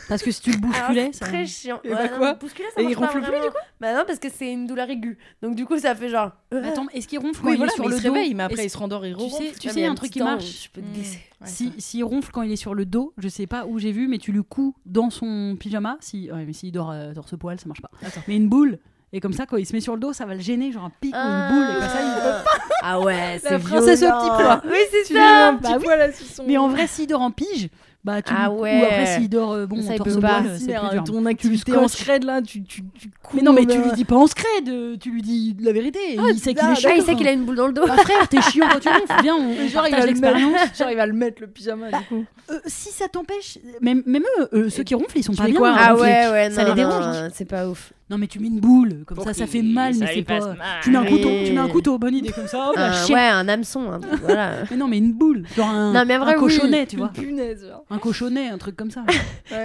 A: Parce que si tu le
B: Ah,
C: Alors,
A: bousculais,
C: c'est
A: ça.
C: très chiant.
A: Et bah quoi
C: non, bousculer, ça
A: Et il
C: marche pas
A: ronfle plus,
C: vraiment. Bah non, parce que c'est une douleur aiguë. Donc du coup, ça fait genre. euh,
A: Mais Attends, est-ce qu'il ronfle quand
B: Oui,
A: il
B: voilà,
A: est sur
B: mais
A: le
B: il se
A: dos
B: réveille, mais après,
A: Est-ce-
B: il se rendort, il
A: Tu sais,
B: ronfle.
A: tu
C: Ah, mais
A: sais,
C: y a
A: un
C: petit
A: truc qui
C: temps où
A: marche.
C: Je peux te glisser.
B: Ouais,
A: Si
B: ça.
A: s'il ronfle quand il est sur le dos, je sais pas où j'ai vu, mais tu le couds dans son pyjama. Si, ouais, mais s'il dort euh, torse poil, ça marche pas. Mais une boule. Et comme ça, quand il se met sur le dos, ça va le gêner, genre un pic ou une boule. Et comme ça, il peut
C: Ah ouais, c'est
A: La princesse au petit pois.
C: Oui, c'est
A: Tu
C: ça.
A: mets un petit poil Mais en vrai, s'il dort en pige, bah tu
C: Ah
A: le-
C: ouais.
A: ou après s'il dort euh, bon
C: Ça, il
A: torse
C: peut pas.
A: poil, c'est plus dur.
B: ton
A: activité
B: activité
A: en
B: en scred là, tu, tu,
A: Mais non, mais tu lui dis pas en scred, euh, tu lui dis la vérité. il sait qu'il est chiant.
C: Ah, il sait qu'il a une boule dans le dos.
A: Ah, frère, t'es chiant quand tu ronfles.
C: *laughs*
A: Viens, on on partage l'expérience.
B: Genre, il va le mettre le pyjama du coup.
A: Euh, si ça t'empêche, même, même eux, euh, ceux qui ronflent, ils sont
B: tu
A: pas
B: fais
A: bien.
B: quoi,
A: à
B: hein,
C: Ah
A: ronfler.
C: ouais, ouais, non,
A: Ça les dérange.
C: non, C'est pas ouf.
A: Non, mais tu mets une boule, comme ça, ça fait mal, mais c'est pas. Tu mets un couteau, tu mets un couteau, bonne idée comme ça. Oh la
C: Un-
A: chienne.
C: Ah, ouais, un hameçon. un truc, voilà.
A: Mais non, mais une boule, genre un,
C: Non, mais en
A: un
C: vrai, oui.
A: cochonnet, tu vois,
B: Punaise, genre.
A: un cochonnet, un truc comme ça.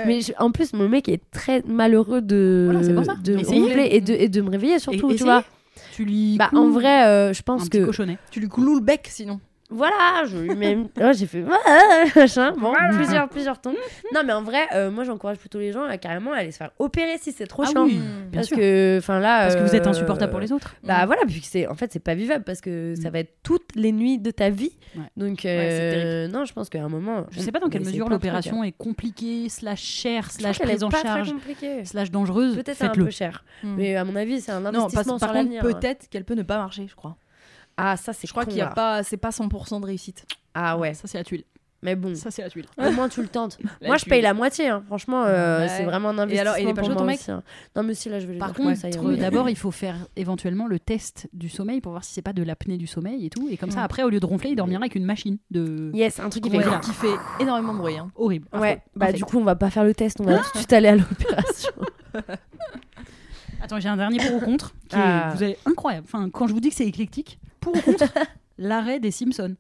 C: Mais je- en plus, mon mec est très malheureux de
A: Voilà, c'est pour ça.
C: de
A: Essayez.
C: ronfler et de et de me réveiller surtout, tu
A: Et- essayez.
C: vois.
A: Tu lui.
C: Bah
A: couds
C: en vrai, euh, je
A: un
C: pense
A: petit
C: que
A: cochonnet.
B: Tu lui cloues le bec sinon.
C: voilà, je lui mets une- Ouais, j'ai fait Ah, machin, bon, plusieurs plusieurs tons. Non mais en vrai, euh, moi j'encourage plutôt les gens à carrément aller se faire opérer si c'est trop
A: Ah
C: chiant.
A: oui, bien
C: Parce
A: sûr.
C: que, enfin là,
A: Parce que vous êtes
C: euh,
A: insupportable pour les autres.
C: Bah voilà, puis que c'est en fait c'est pas vivable parce que ça
A: Mm.
C: va être toutes les nuits de ta vie.
A: Ouais.
C: Donc
B: c'est terrible.
C: euh, non, je pense qu'à un moment,
A: Je
C: on-
A: sais pas dans
C: on
A: quelle
C: essaie
A: mesure
C: plein de trucs, hein.
A: l'opération est compliquée, slash chère,
C: Je crois
A: slash
C: qu'elle est
A: prise en
C: pas très
A: charge,
C: compliquée.
A: slash dangereuse.
C: Peut-être un
A: Faites-le.
C: peu cher,
B: Mm.
C: mais à mon avis c'est un
B: Non, parce,
C: investissement
B: par
C: sur
B: contre,
C: l'avenir. hein.
B: peut-être qu'elle peut ne pas marcher, je crois.
C: Ah ça c'est
B: Je crois
C: con,
B: qu'il y a
C: là.
B: pas, c'est pas 100% de réussite.
C: Ah ouais,
A: Ça, c'est la tuile.
C: mais bon.
A: Ça, c'est la tuile.
C: Au moins, tu le tentes.
B: La
C: Mm. moi, je
B: tuile.
C: paye la moitié. hein. Franchement, euh,
B: Ouais.
C: c'est vraiment un
B: Et
C: investissement.
B: alors, il est pas
C: pour
B: chaud,
C: moi
B: ton mec
C: aussi, hein. Non, mais si, là, je vais lui
A: Par
C: dire
A: contre,
C: ça, il
A: euh,
C: revient. *laughs*
A: d'abord, il faut faire éventuellement le test du sommeil pour voir si c'est pas de l'apnée du sommeil et tout. Et
C: Mm.
A: comme ça, après, au lieu de ronfler, il dormira avec une machine de.
C: Yes, un truc qui
A: Ouais.
C: fait.
A: Voilà.
B: qui fait énormément de bruit. hein.
A: Horrible.
C: Ouais, bah
A: Parfait.
C: du coup, on va pas faire le test, on va tout de suite aller à l'opération.
A: Attends, j'ai un dernier pour ou contre. Qui est-
C: Ah.
A: vous allez incroyable. Enfin, quand je vous dis que c'est éclectique, pour ou contre, l'arrêt des Simpsons.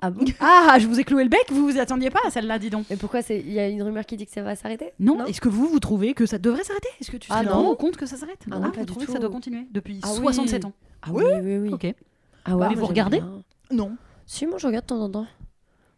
C: ah bon
A: Ah, je vous ai cloué le bec. Vous vous attendiez pas à celle-là, dis donc.
C: Mais pourquoi c'est- il y a une rumeur qui dit que ça va s'arrêter
A: Non, est-ce que vous, vous trouvez que ça devrait s'arrêter Est-ce que tu
C: Ah
A: serais
C: non.
A: vraiment compte que ça s'arrête
C: Ah non,
A: vous
C: pas du
A: trouvez que
C: tout.
A: ça doit continuer depuis
C: Ah oui.
A: 67 ans.
C: Ah oui, oui, oui.
A: Ok.
C: Ah ouais,
A: Bah,
C: moi,
A: vous
C: j'aime
A: regardez
C: bien.
B: Non.
C: Si, moi, je regarde de temps en temps.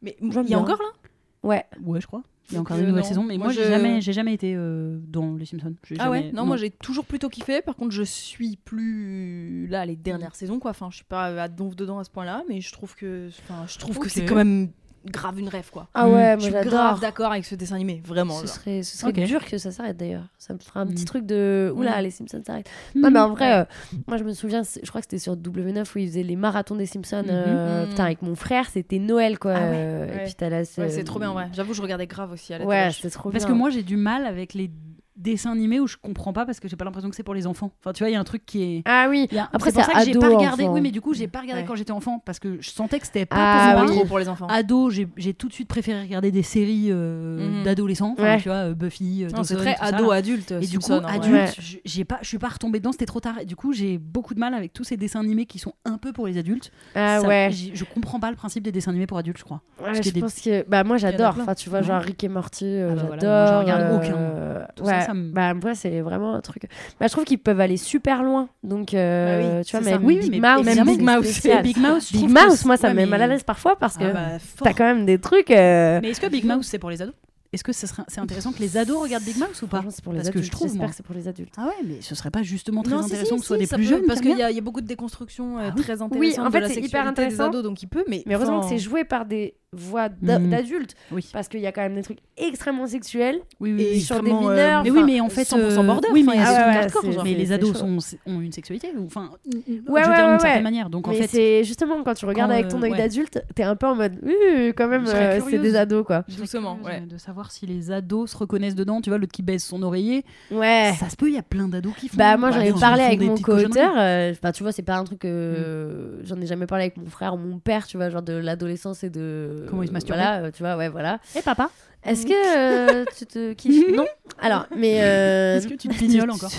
B: Mais
C: J'aime
B: il y
C: bien.
B: a encore là
C: Ouais.
A: Ouais, je crois. Il y a
B: Donc,
A: encore
B: euh,
A: une nouvelle
B: non.
A: saison, mais moi,
B: Moi,
A: j'ai
B: je-
A: jamais, j'ai jamais été euh, dans les Simpsons. J'ai
B: Ah ouais
A: jamais-
B: non, moi j'ai toujours plutôt kiffé. Par contre, je suis plus là les dernières saisons quoi. Enfin, je suis pas à donf dedans à ce point-là, mais je trouve que, enfin, je trouve
A: Ok.
B: que c'est quand même grave une rêve quoi.
C: Ah
A: Mm.
C: ouais,
B: je
C: moi,
B: suis grave
C: j'adore.
B: d'accord avec ce dessin animé, vraiment.
C: Ce
B: genre.
C: serait, ce serait
A: Ok.
C: dur que ça s'arrête d'ailleurs. Ça me fera un petit
A: Mm.
C: truc de. Oula,
B: Mm.
C: les Simpsons s'arrêtent.
A: Mhm.
C: Non, mais en vrai, euh, moi je me souviens, c'est- je crois que c'était sur W9 où ils faisaient les marathons des
A: Mm-hmm.
C: Simpsons. euh,
B: Mhm.
C: putain, avec mon frère, c'était Noël quoi.
B: Ah ouais,
C: euh, Et
B: ouais.
C: puis t'as la.
B: Ouais, c'est trop bien, ouais. J'avoue, je regardais grave aussi à la
C: Ouais,
B: télé.
C: c'était trop
A: Parce
C: bien.
A: que moi, j'ai du mal avec les dessins animés où je comprends pas parce que j'ai pas l'impression que c'est pour les enfants. Enfin, tu vois, il y a un truc qui est.
C: Ah oui,
A: il y a-
C: Après,
A: c'est pour
C: c'est
A: ça que j'ai pas
C: ado,
A: regardé.
C: enfant.
A: Oui, mais du coup, j'ai pas regardé
B: Ouais.
A: quand j'étais enfant parce que je sentais que c'était pas
C: Ah
A: pour
B: Pas
A: moi.
C: oui.
B: trop pour les enfants.
A: Ado, j'ai j'ai tout de suite préféré regarder des séries euh,
B: Mhm.
A: d'adolescents, Enfin,
C: Ouais.
A: tu vois, euh, Buffy, euh,
B: Non, c'est
A: Dawson,
B: très
A: tout ça, là.
B: ado adulte.
A: Et du coup,
B: Simpson, hein,
A: adulte,
C: ouais.
A: je- j'ai pas, je suis pas retombée dedans, c'était trop tard. Et du coup, j'ai beaucoup de mal avec tous ces dessins animés qui sont un peu pour les adultes.
C: ah
A: Ça-
C: ouais.
A: j'ai- Je comprends pas le principe des dessins animés pour adultes, je crois.
C: Ouais,
A: qu'il y
C: je
A: a des-
C: pense que. Bah, moi j'adore.
A: plein.
C: Enfin, tu vois, genre Rick et Morty, euh,
A: Ah bah
C: j'adore.
A: voilà, moi, j'en regarde
C: euh,
A: aucun. Tout ça,
C: ouais,
A: ça me-
C: bah, moi c'est vraiment un truc. Bah, je trouve qu'ils peuvent aller super loin. Donc, euh,
B: Bah oui,
C: tu vois,
A: c'est
C: mais
A: ça. Oui,
C: Big
A: mais-
C: Mouse,
A: même Big
C: c'est
A: Mouse,
C: spécial.
A: Big Mouse, je
C: Big
A: trouve que
C: Mouse,
A: c'est-
C: moi ça
A: ouais,
C: me met mal à
A: mais-
C: l'aise parfois parce que
B: Ah bah, fort.
C: t'as quand même des trucs. euh,
A: Mais est-ce que Big Mouse c'est pour les ados Est-ce que ce serait- c'est intéressant que les ados regardent Big Mouse ou pas
C: franchement, c'est pour les
A: Parce que
C: adultes.
A: je trouve,
C: J'espère
A: moi.
C: que c'est pour les adultes.
A: Ah ouais, mais ce serait pas justement très
B: Non, si, si,
A: intéressant que ce
B: si,
A: soit des
B: ça
A: plus
B: peut,
A: jeunes
B: Parce
A: qui
B: qu'il
A: regardent
B: y, a il y a beaucoup de déconstruction euh,
A: Ah oui.
B: très intéressante.
C: Oui, en
B: de
C: fait,
B: la
C: c'est hyper
B: sexualité des
C: intéressant.
B: ados, donc il peut, mais.
C: Mais heureusement
B: enfin,
C: que c'est joué par des voix d'a-
A: Mhm.
C: d'adulte.
A: Oui.
C: Parce qu'il y a quand même des trucs extrêmement sexuels.
A: Oui,
G: Et
A: oui.
C: sur des
G: extrêmement, euh,
C: mineurs,
A: Mais
G: enfin,
A: oui, mais en fait,
G: 100%
A: euh,
G: border,
A: oui,
G: enfin,
A: mais,
G: il y a
C: des
A: euh,
C: trucs
A: hardcore,
C: c'est-
A: genre,
C: c'est-
A: hein, mais les
C: c'est
A: ados
C: chaud.
A: sont, ont une sexualité, ou enfin,
C: Ouais,
A: je veux
C: ouais,
A: dire
C: ouais,
A: d'une certaine
C: ouais.
A: manière. Donc en
C: mais
A: fait,
C: c'est justement quand tu regardes
A: quand,
C: avec ton
A: euh,
C: œil
A: ouais.
C: d'adulte, t'es un peu en mode, Euh, quand même,
A: Je serais
C: euh, c'est
A: curieuse.
C: des ados quoi.
A: Je serais
B: Doucement,
A: curieuse,
B: ouais.
A: euh, De savoir si les ados se reconnaissent dedans, tu vois, l'autre qui baisse son oreiller.
C: Ouais.
A: Ça se peut, il y a plein d'ados qui font.
C: Eh. Bah moi j'en ai
A: qui
C: parlé
A: font
C: avec
A: des
C: mon
A: petites cochonneries. Mm.
C: co-auteur, euh, enfin, tu vois c'est pas un truc euh, j'en ai jamais parlé avec mon frère ou mon père, tu vois genre de l'adolescence et de
A: Comment ils se masturbaient.
C: Voilà, euh, tu vois ouais voilà.
A: Eh papa
C: Est-ce que euh, tu te
A: *laughs*
C: kiffes Non. Alors mais euh,
A: Est-ce que tu te pignoles encore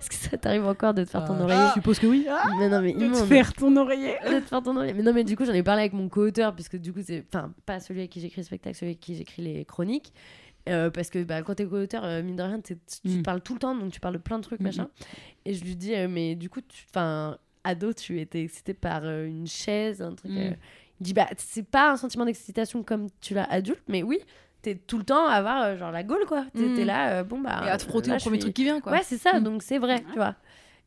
C: est-ce que ça t'arrive encore de te faire ton
A: Euh,
C: oreiller
A: Je suppose que oui. Ah,
C: Mais non mais
A: de te
C: immonde.
A: faire ton oreiller.
C: de te faire ton oreiller. Mais non, mais du coup, j'en ai parlé avec mon co-auteur, puisque du coup, c'est. Enfin, pas celui avec qui j'écris le spectacle, celui avec qui j'écris les chroniques. Euh, parce que bah, quand t'es co-auteur, euh, mine de rien, t'es- tu
A: Mm.
C: parles tout le temps, donc tu parles de plein de trucs,
A: Mm,
C: machin. Et je lui dis, euh, mais du coup, tu- enfin, ado, tu étais excité par euh, une chaise, un truc.
A: Mm.
C: euh. Il dit, bah, c'est pas un sentiment d'excitation comme tu l'as adulte, mais oui, t'es tout le temps à avoir, euh, genre, la gaule, quoi. T'es
B: Mm.
C: t'es là, euh, bon, bah.
B: Et à te frotter
C: là,
B: au
C: je
B: premier
C: suis-
B: truc qui vient, quoi.
C: Ouais, c'est ça,
A: Mm.
C: donc c'est vrai, tu vois.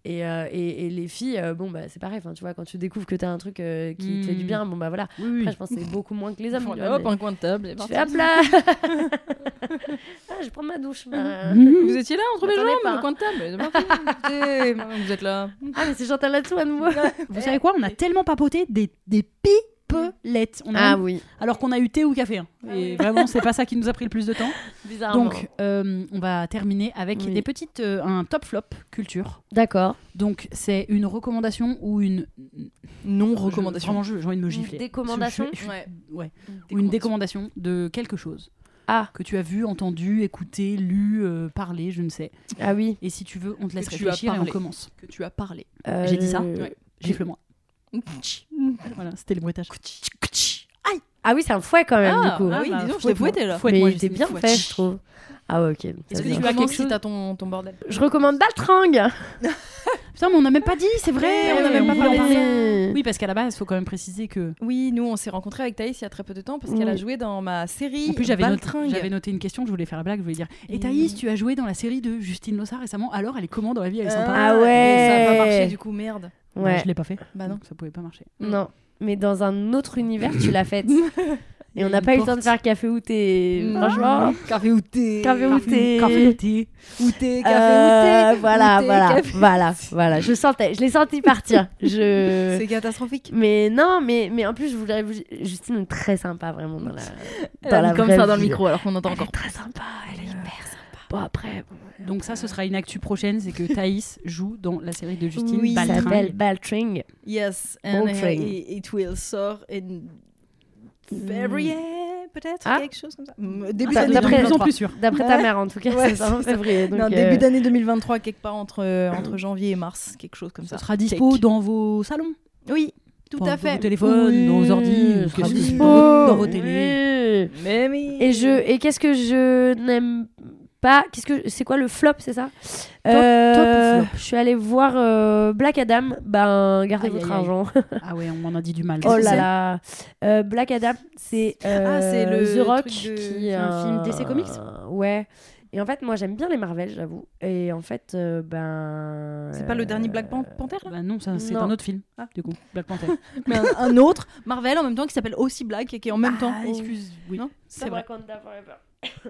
C: Et, euh, et, et les filles, euh, bon, bah, c'est pareil, enfin, tu vois, quand tu découvres que t'as un truc euh, qui te fait du
A: Mm.
C: bien, bon, bah voilà.
A: Oui, oui.
C: Après, je pense que c'est beaucoup moins que les hommes.
B: Voilà,
C: tu vois,
B: Hop,
C: mais
B: un coin de table. et
C: Tu
B: parti.
C: fais hop là *laughs* Ah, Je prends ma douche. bah.
A: Mm. Mhm.
B: Vous étiez là entre mes
C: Attendez
B: jambes,
C: pas.
B: le coin de table. c'est parti. Écoutez, Vous êtes là.
C: Ah, mais c'est Chantal là-dessous à nouveau.
A: Vous savez quoi On a tellement papoté des, des pipelettes. On a
C: Ah
A: eu-
C: oui,
A: Alors qu'on a eu thé ou café. hein.
B: Ah
A: Et vraiment, c'est pas ça qui nous a pris le plus de temps.
C: bizarrement.
A: Donc, euh, on va terminer avec
C: Oui.
A: des petites, euh, un top flop culture.
C: d'accord.
A: Donc, c'est une recommandation ou une
B: Non
A: Je-
B: recommandation.
A: Vraiment, je- j'ai envie de me gifler.
C: décommandation
A: Je- je- je-
B: Ouais.
A: ouais. Ou une décommandation de quelque chose
C: Ah.
A: que tu as vu, entendu, écouté, lu, euh, parlé, je ne sais.
C: Ah oui.
A: Et si tu veux, on te laisse
B: tu as
A: réfléchir et on
B: parlé.
A: commence.
B: que tu as parlé.
C: euh,
A: J'ai dit ça
C: je-
B: Ouais. *laughs*
A: Gifle-moi. Voilà, c'était le bruitage.
C: Ah oui, c'est un fouet quand même,
B: Ah,
C: du coup.
B: ah oui, dis donc, je t'ai fouetté, là.
C: Mais
A: Fouette-moi,
C: il était
A: Justine,
C: bien
A: fouette.
C: fait, je trouve. Ah ouais, ok.
B: Est-ce
C: Ça
B: que
C: vient.
A: as
B: tu commences
A: quelque
B: si
A: chose
B: t'as ton, ton bordel
C: Je recommande Baltringue
A: Putain, mais on n'a même pas dit, c'est vrai.
B: Ouais,
A: on n'a
B: ouais,
A: même pas
B: oui,
A: parlé.
B: oui.
A: Oui, parce qu'à la base, il faut quand même préciser que.
B: Oui, nous on s'est rencontrés avec Thaïs il y a très peu de temps parce
C: Oui.
B: qu'elle a joué dans ma série.
A: En plus, j'avais noté,
B: Baltringue.
A: j'avais noté une question, je voulais faire la blague, je voulais dire. Et
B: Et-
A: Thaïs, tu as joué dans la série de Justine Lossard récemment, alors elle est comment dans la vie Elle est
B: Euh,
A: sympa
C: Ah
B: Et ça a pas
C: ouais.
B: marché du coup, merde.
A: Non,
C: Ouais.
A: Je l'ai pas fait.
B: Bah non.
A: Donc, ça pouvait pas marcher.
C: Non, mais dans un autre univers, tu l'as
B: *laughs*
C: faite. Et on n'a
A: une
C: pas eu le temps
A: porte.
C: de faire café ou thé.
B: Mm.
C: Franchement,
B: Café ou thé
C: café ou thé.
A: Café au thé.
B: ou thé,
C: Euh,
B: café ou thé.
C: Voilà,
B: ou thé,
C: voilà,
B: café.
C: voilà, voilà. Je sentais, je l'ai senti partir. Je.
B: *laughs* C'est catastrophique.
C: *laughs* Mais non, mais, mais en plus, je voulais vous... Justine est très sympa, vraiment, dans la.
B: Elle
C: Dans
B: a
C: la
B: mis comme
C: vraie
B: ça dans le
C: vie.
B: micro alors qu'on entend
C: Elle est
B: encore. Euh,
C: très sympa, elle est hyper sympa. Bon, après, bon,
A: Donc ça, ce sera une actu prochaine, c'est que Thaïs joue dans la série de Justine
B: Oui,
C: ça
A: Baltringue.
C: s'appelle Baltring.
B: Yes,
C: and,
B: and
C: uh, Altering.
B: it will soar in February, peut-être
C: Mm. Ah.
B: quelque chose comme ça. Mm, Début
C: Ah,
B: d'année
C: d'après-
B: 2023.
A: de plus en plus sûr.
C: D'après ta mère, en tout cas,
B: Ouais,
C: c'est en
B: c'est ça.
C: février. Donc,
B: Non,
C: euh, Mm.
B: début d'année 2023, quelque part entre, euh, entre janvier et mars, quelque chose comme
A: Ça
B: ça.
A: sera dispo
B: Check.
A: dans vos salons.
B: Oui, tout
A: Enfin,
B: à
A: Dans
B: fait.
A: vos téléphones,
C: Oui,
A: dans vos ordi,
C: elle
A: ou
C: sera
A: qu'est-ce que c'est,
C: dispo.
A: dans vos télés.
C: Oui.
B: Mais oui.
C: Et je et qu'est-ce que je n'aime pas Qu'est-ce que c'est quoi le flop, c'est ça Euh,
A: top flop.
C: Je suis allée voir euh, Black Adam. Ben gardez
A: Aïe,
C: votre
A: aïe, aïe.
C: argent.
A: Ah ouais, on m'en a dit du mal.
C: *laughs* oh
A: Qu'est-ce
C: là
A: que
C: là. Euh, Black Adam, c'est euh,
B: Ah, c'est le
C: The Rock
B: truc de-
C: qui
B: c'est
C: est
A: un film DC Comics
C: Ouais. Et en fait, moi j'aime bien les Marvel, j'avoue. Et en fait, euh, ben.
B: C'est pas le dernier Black Pan- Panther
A: c'est
B: là
A: Bah non, ça, c'est
C: Non.
A: un autre film.
B: Ah.
A: Du coup, Black Panther.
B: Mais un, un autre, Marvel en même temps, qui s'appelle aussi Black et qui est en même temps.
A: Ah, excuse. Oui.
B: Non
A: c'est vrai.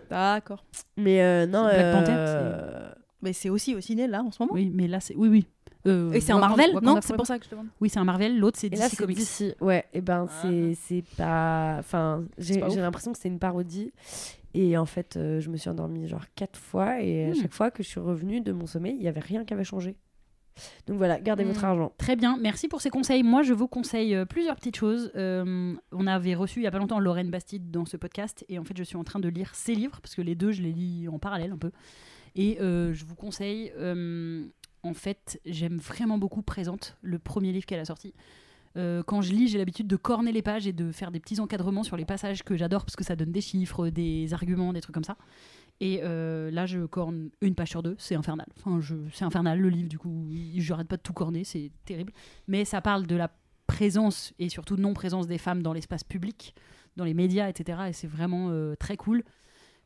B: D'accord.
C: Mais euh, non.
A: C'est Black Panther,
C: euh,
B: Mais c'est aussi au ciné là en ce moment.
A: Oui, mais là, c'est. Oui, oui. Euh,
B: Et c'est un
A: Wakanda-
B: Marvel
A: Wakanda
B: Non, c'est
A: Forever.
B: pour ça que je te demande.
A: Oui, c'est un Marvel. L'autre, c'est
C: Et là,
A: DC
C: c'est
A: Comics.
C: d'ici. Ouais, et ben
B: Ah.
C: c'est c'est pas. Enfin, j'ai
B: pas
C: j'ai
B: ouf.
C: l'impression que c'est une parodie. Et en fait, euh, je me suis endormie genre quatre fois. Et à
A: Hmm.
C: chaque fois que je suis revenue de mon sommeil, il y avait rien qui avait changé. Donc voilà, gardez votre
B: Hmm.
C: argent.
A: Très bien, merci pour ces conseils. Moi, je vous conseille euh, plusieurs petites choses. Euh, on avait reçu il y a pas longtemps Lorraine Bastide dans ce podcast, et en fait, je suis en train de lire ses livres, parce que les deux, je les lis en parallèle un peu. Et euh, je vous conseille, euh, en fait, j'aime vraiment beaucoup Présente, le premier livre qu'elle a sorti. Euh, quand je lis, j'ai l'habitude de corner les pages et de faire des petits encadrements sur les passages que j'adore, parce que ça donne des chiffres, des arguments, des trucs comme ça. Et euh, là, je corne une page sur deux, c'est infernal. Enfin, je, c'est infernal le livre, du coup, il- j'arrête pas de tout corner, c'est terrible mais ça parle de la présence et surtout non-présence des femmes dans l'espace public, dans les médias, etc. Et c'est vraiment euh, très cool.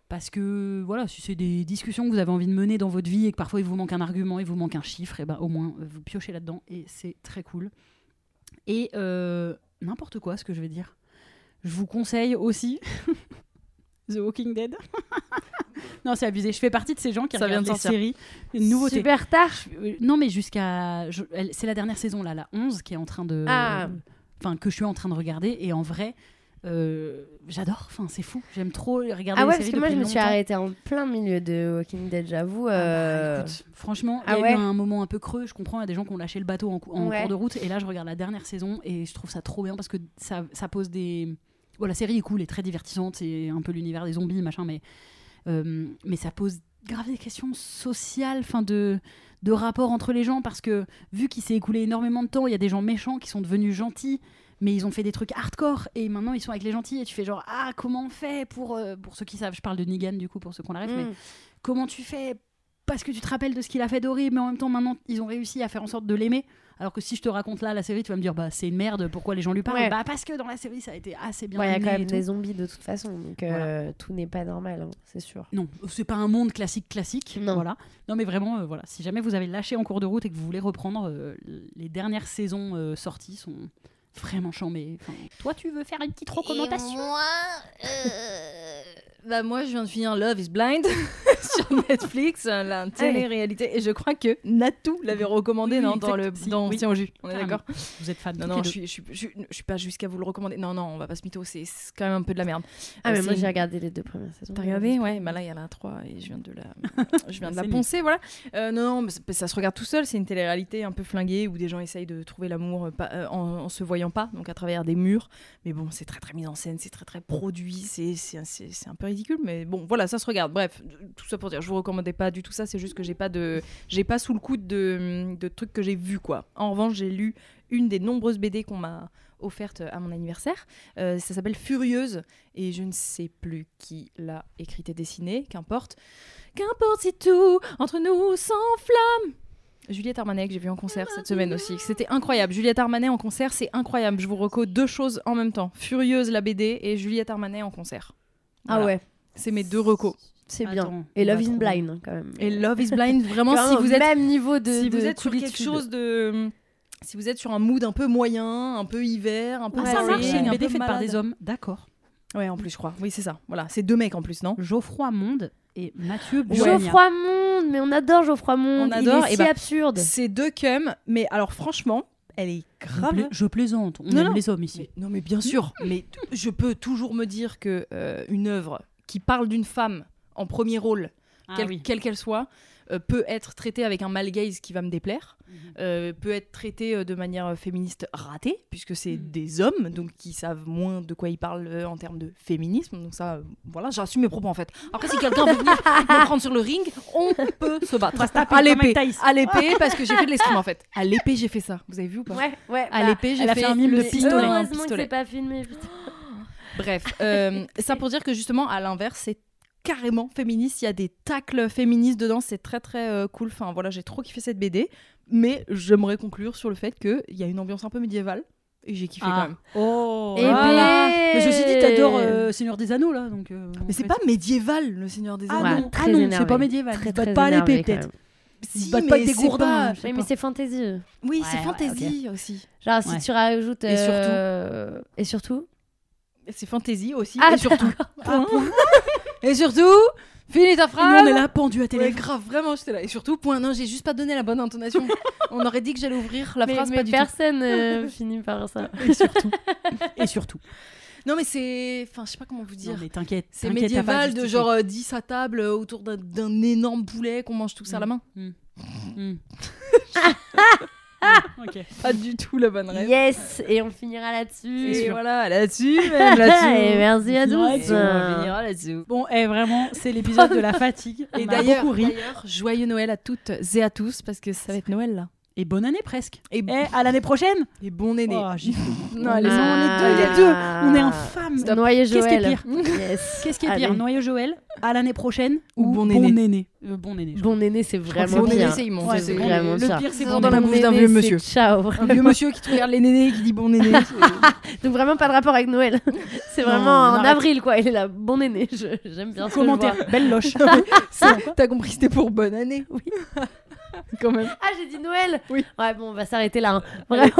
A: Parce que voilà, si c'est des discussions que vous avez envie de mener dans votre vie et que parfois il vous manque un argument, il vous manque un chiffre, et ben au moins euh, vous piochez là-dedans et c'est très cool. Et euh, n'importe quoi ce que je vais dire. Je vous conseille aussi *laughs* The Walking Dead. *laughs* non, c'est abusé. Je fais partie de ces gens qui
B: Ça vient
A: regardent
B: de
A: les
B: sortir.
A: séries. Une nouveauté.
C: Super tard.
A: Euh, Non, mais jusqu'à. je- elle- C'est la dernière saison, là, la 11, qui est en train de.
C: Ah.
A: Enfin, que je suis en train de regarder. Et en vrai, euh, j'adore. Enfin, c'est fou. J'aime trop regarder
C: Ah ouais, parce
A: les séries
C: que moi, je
A: depuis
C: me suis
A: longtemps.
C: arrêtée en plein milieu de Walking Dead, j'avoue.
A: Ah
C: euh,
A: bah, écoute, franchement, il
C: ah
A: y a
C: ouais.
A: eu un moment un peu creux. Je comprends, il y a des gens qui ont lâché le bateau en, cou- en
C: Ouais.
A: cours de route. Et là, je regarde la dernière saison et je trouve ça trop bien parce que ça, ça pose des. Bon, la série est cool, elle est très divertissante, c'est un peu l'univers des zombies, machin, mais, euh, mais ça pose grave des questions sociales, enfin de, de rapport entre les gens, parce que vu qu'il s'est écoulé énormément de temps, il y a des gens méchants qui sont devenus gentils, mais ils ont fait des trucs hardcore, et maintenant ils sont avec les gentils, et tu fais genre, ah, comment on fait pour, euh, pour ceux qui savent, je parle de Negan du coup, pour ceux qu'on arrive, mais
C: Mm.
A: comment tu fais parce que tu te rappelles de ce qu'il a fait d'horrible, mais en même temps, maintenant, ils ont réussi à faire en sorte de l'aimer. Alors que si je te raconte là la série, tu vas me dire, bah c'est une merde, pourquoi les gens lui parlent
C: Ouais.
A: Bah parce que dans la série, ça a été assez bien.
C: Ouais, il y a
A: amené
C: quand
A: et
C: même
A: tout.
C: des zombies de toute façon, donc euh,
A: Voilà.
C: tout n'est pas normal, hein, c'est sûr.
A: Non, c'est pas un monde classique classique.
C: Non.
A: Voilà. Non, mais vraiment, euh, voilà. Si jamais vous avez lâché en cours de route et que vous voulez reprendre, euh, les dernières saisons euh, sorties sont vraiment chambées. Enfin, toi, tu veux faire une petite recommandation
E: euh,
B: Bah moi je viens de finir Love is Blind *laughs* sur Netflix, euh, la télé-réalité et je crois que Natou l'avait recommandé
A: Oui,
B: non,
A: exact.
B: dans le
A: Si,
B: dans
A: oui.
B: Tiens au jus. On est
A: Carrément.
B: d'accord.
A: Vous êtes fan
B: Non non, je suis, je, suis, je, je suis pas jusqu'à vous le recommander. Non non, on va pas se mytho, c'est c'est quand même un peu de la merde.
C: Ah,
B: Euh,
C: mais moi,
B: c'est-
C: j'ai regardé les deux premières saisons.
B: T'as regardé Ouais, bah là il y en a trois et je viens de la, *laughs* je viens de la
A: C'est
B: poncer, voilà. Euh, non, non, mais c'est- ça se regarde tout seul, c'est une télé-réalité un peu flinguée où des gens essayent de trouver l'amour euh, pas- euh, en, en se voyant pas, donc à travers des murs. Mais bon, c'est très très mis en scène, c'est très très produit, c'est c'est- c'est- c'est un peu ridicule, mais bon, voilà, ça se regarde. Bref, tout ça pour dire, je vous recommandais pas du tout ça, c'est juste que j'ai pas de, j'ai pas sous le coude de, de trucs que j'ai vus quoi. En revanche, j'ai lu une des nombreuses BD qu'on m'a offerte à mon anniversaire. Euh, ça s'appelle Furieuse et je ne sais plus qui l'a écrite et dessinée, qu'importe. Qu'importe si tout entre nous s'enflamme. Juliette Armanet que j'ai vu en concert cette semaine aussi. C'était incroyable. Juliette Armanet en concert, c'est incroyable. Je vous reco deux choses en même temps. Furieuse la BD et Juliette Armanet en concert.
C: Ah
B: Voilà.
C: ouais,
B: C'est mes deux recos.
C: c'est
A: Attends,
C: bien. Et
A: on
C: Love
A: va
C: is
A: trouver.
C: Blind, hein, quand même.
B: Et Love is
A: *laughs*
B: Blind, vraiment,
C: Vraiment
B: si
C: au
B: vous êtes
C: même niveau de.
B: si vous
C: de
B: êtes sur quelque
C: coolitude.
B: chose de si vous êtes sur un mood un peu moyen, un peu hiver, un peu
A: Ah,
C: Ouais,
A: ça
C: c'est-
A: marche, c'est
C: un
A: une
C: peu
A: BD faite par
B: malade.
A: des hommes. D'accord.
B: Ouais, en plus je crois. Oui, c'est ça. Voilà, c'est deux mecs en plus, non
A: Geoffroy Monde et Mathieu Boignat.
C: Geoffroy Monde, mais on adore Geoffroy Monde.
B: On adore,
C: Il est
B: et
C: si
B: bah,
C: absurde.
B: C'est deux cums, mais alors franchement, elle est
A: Je
B: grave.
A: pla- Je plaisante, on
B: Non,
A: aime
B: non.
A: les hommes ici.
B: Mais- non mais bien sûr, mais t- je peux toujours me dire que euh, une œuvre qui parle d'une femme en premier rôle,
A: Quel-
B: quelle quelle qu'elle soit, euh, peut être traitée avec un male gaze qui va me déplaire,
A: Mhm.
B: euh, peut être traitée euh, de manière euh, féministe ratée, puisque c'est
A: Mhm.
B: des hommes, donc qui savent moins de quoi ils parlent euh, en termes de féminisme. Donc ça, euh, voilà, j'assume mes propos en fait. Après, si quelqu'un veut
A: *laughs*
B: venir me prendre sur le ring, on peut se battre.
A: Ah,
B: à l'épée, à l'épée, parce que j'ai fait de l'escrime en fait. À l'épée, j'ai fait ça. Vous avez vu ou pas
C: Ouais, ouais.
B: À
C: bah,
B: l'épée, j'ai
A: elle a
B: fait,
A: fait un mime
B: le
A: de
C: mais
A: pistolet.
B: un
C: Heureusement que
B: pistolet.
C: c'est pas filmé. putain.
B: Bref, euh, ça pour dire que justement, à l'inverse, c'est carrément féministe. Il y a des tacles féministes dedans. C'est très très euh, cool. Enfin voilà, j'ai trop kiffé cette BD. Mais j'aimerais conclure sur le fait qu'il y a une ambiance un peu médiévale. Et j'ai kiffé quand même.
A: Oh
C: Eh
A: voilà.
C: ben.
A: Mais ceci dit, t'adores euh, Seigneur des Anneaux là, donc. euh, en
B: Mais c'est
A: fait-
B: pas médiéval, le Seigneur des
A: Ah
B: Anneaux.
C: Ouais,
A: non, ah
C: très
A: non,
C: énervé.
A: c'est pas médiéval.
C: Très,
A: Ils battent
C: très
A: pas à
C: énervé,
A: l'épée
C: quand même.
A: peut-être.
B: Si,
A: Ils battent pas
B: mais
A: avec des
B: c'est
A: gourdins,
B: pas-
A: je sais
C: Oui,
A: pas.
C: mais c'est fantaisieux.
B: Oui,
A: Ouais,
B: c'est
A: ouais,
B: fantasy aussi.
C: Genre, si
A: Ouais.
C: tu rajoutes.
B: Et surtout.
C: euh, Et surtout.
B: C'est fantasy aussi.
C: Ah,
B: et surtout.
A: Ah, point.
B: Et surtout, finis ta
A: Et nous,
B: phrase.
A: on est là pendu à télé.
B: Ouais, grave, vraiment, j'étais là. Et surtout, point. Non, j'ai juste pas donné la bonne *laughs* intonation. On aurait dit que j'allais ouvrir la
C: mais
B: phrase
C: mais
B: pas du tout.
C: personne
B: *laughs*
C: euh, finit par ça.
A: Et surtout. Et surtout.
B: Non, mais c'est. Enfin, je sais pas comment vous dire.
A: Non, mais t'inquiète.
B: C'est
A: t'inquiète, t'as pas à
B: médiéval de
A: justifier.
B: genre euh, 10 à table euh, autour d'un- d'un énorme poulet qu'on mange tous à la
A: Mm.
B: main.
A: Hmm. *laughs* Ok.
B: Pas du tout la bonne
C: Yes Et on finira là-dessus.
B: Et
C: Et
B: voilà, là-dessus,
A: *laughs*
B: même là-dessus.
C: merci à
A: finira
C: tous.
A: là-dessus, on
C: Euh,
B: là-dessus.
A: Bon, et vraiment, c'est l'épisode de la *laughs* fatigue.
B: Et
A: On a
B: d'ailleurs,
A: bah, beaucoup ri.
B: d'ailleurs, joyeux Noël à toutes et à tous parce que ça va être Noël là. Mm.
A: Et bonne année presque.
B: Et,
A: Et à l'année prochaine.
B: eh, et bon aîné.
A: Oh, j'y
B: *laughs*
A: suis.
B: non, allez,
A: Ah.
B: on est deux,
A: les
C: Ah.
A: deux. On est infâme.
C: Noyer
A: Qu'est-ce qui est
C: Joël.
A: pire
C: Yes.
A: Qu'est-ce qui est pire
C: Allez.
A: Noyau Joël, à l'année prochaine
B: Ou
A: ou
B: bon
A: bon
B: aîné.
A: aîné Euh, Bon aîné. je
C: Bon aîné, c'est
B: crois que
C: vraiment
B: c'est bon
C: bien.
B: aîné, c'est immonde.
A: Ouais,
C: C'est
A: bon
C: vraiment
A: aîné.
C: pire.
A: Le pire, c'est
B: Ça
A: bon
B: dans la
A: aîné.
B: bouche d'un vieux monsieur.
C: Ciao. *laughs*
B: *laughs* Un vieux monsieur qui te regarde les nénés et qui dit
A: *laughs*
B: bon aîné.
C: Donc vraiment pas de rapport avec Noël. *laughs* C'est
A: Non,
C: vraiment
A: on
C: en
A: arrête.
C: avril quoi. Il est là, bon aîné. Je- J'aime bien ce que je vois.
A: Commentaire. Belle
B: *laughs*
A: loche. *laughs*
B: T'as compris, c'était pour bonne année. Oui. *laughs* Quand même.
C: Ah j'ai dit Noël.
B: Oui.
C: Ouais bon on va s'arrêter là. hein. Vraiment.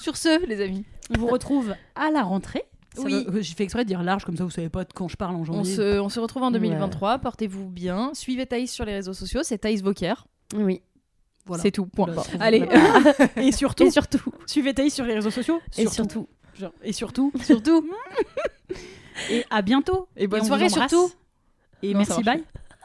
B: Sur ce, les amis.
A: On vous retrouve à la rentrée.
B: Oui.
A: va- J'ai fait exprès de dire large, comme ça vous savez pas de quand je parle en
B: On
A: janvier.
B: se, on se retrouve en 2023. Portez-vous bien. Suivez Thaïs sur les réseaux sociaux. C'est Thaïs Vauquer.
C: Oui.
A: Voilà.
B: C'est tout. Point.
A: Voilà.
B: Allez,
H: *laughs*
A: Et surtout,
C: Et surtout.
A: suivez Thaïs sur les réseaux sociaux.
C: Et surtout.
A: Genre, et
B: *laughs*
A: surtout, surtout. *laughs* et à bientôt.
B: Et bonne
A: on vous
B: soirée,
A: embrasse.
B: surtout.
A: Et
B: Non, ça
A: merci,
B: marche pas.
A: bye.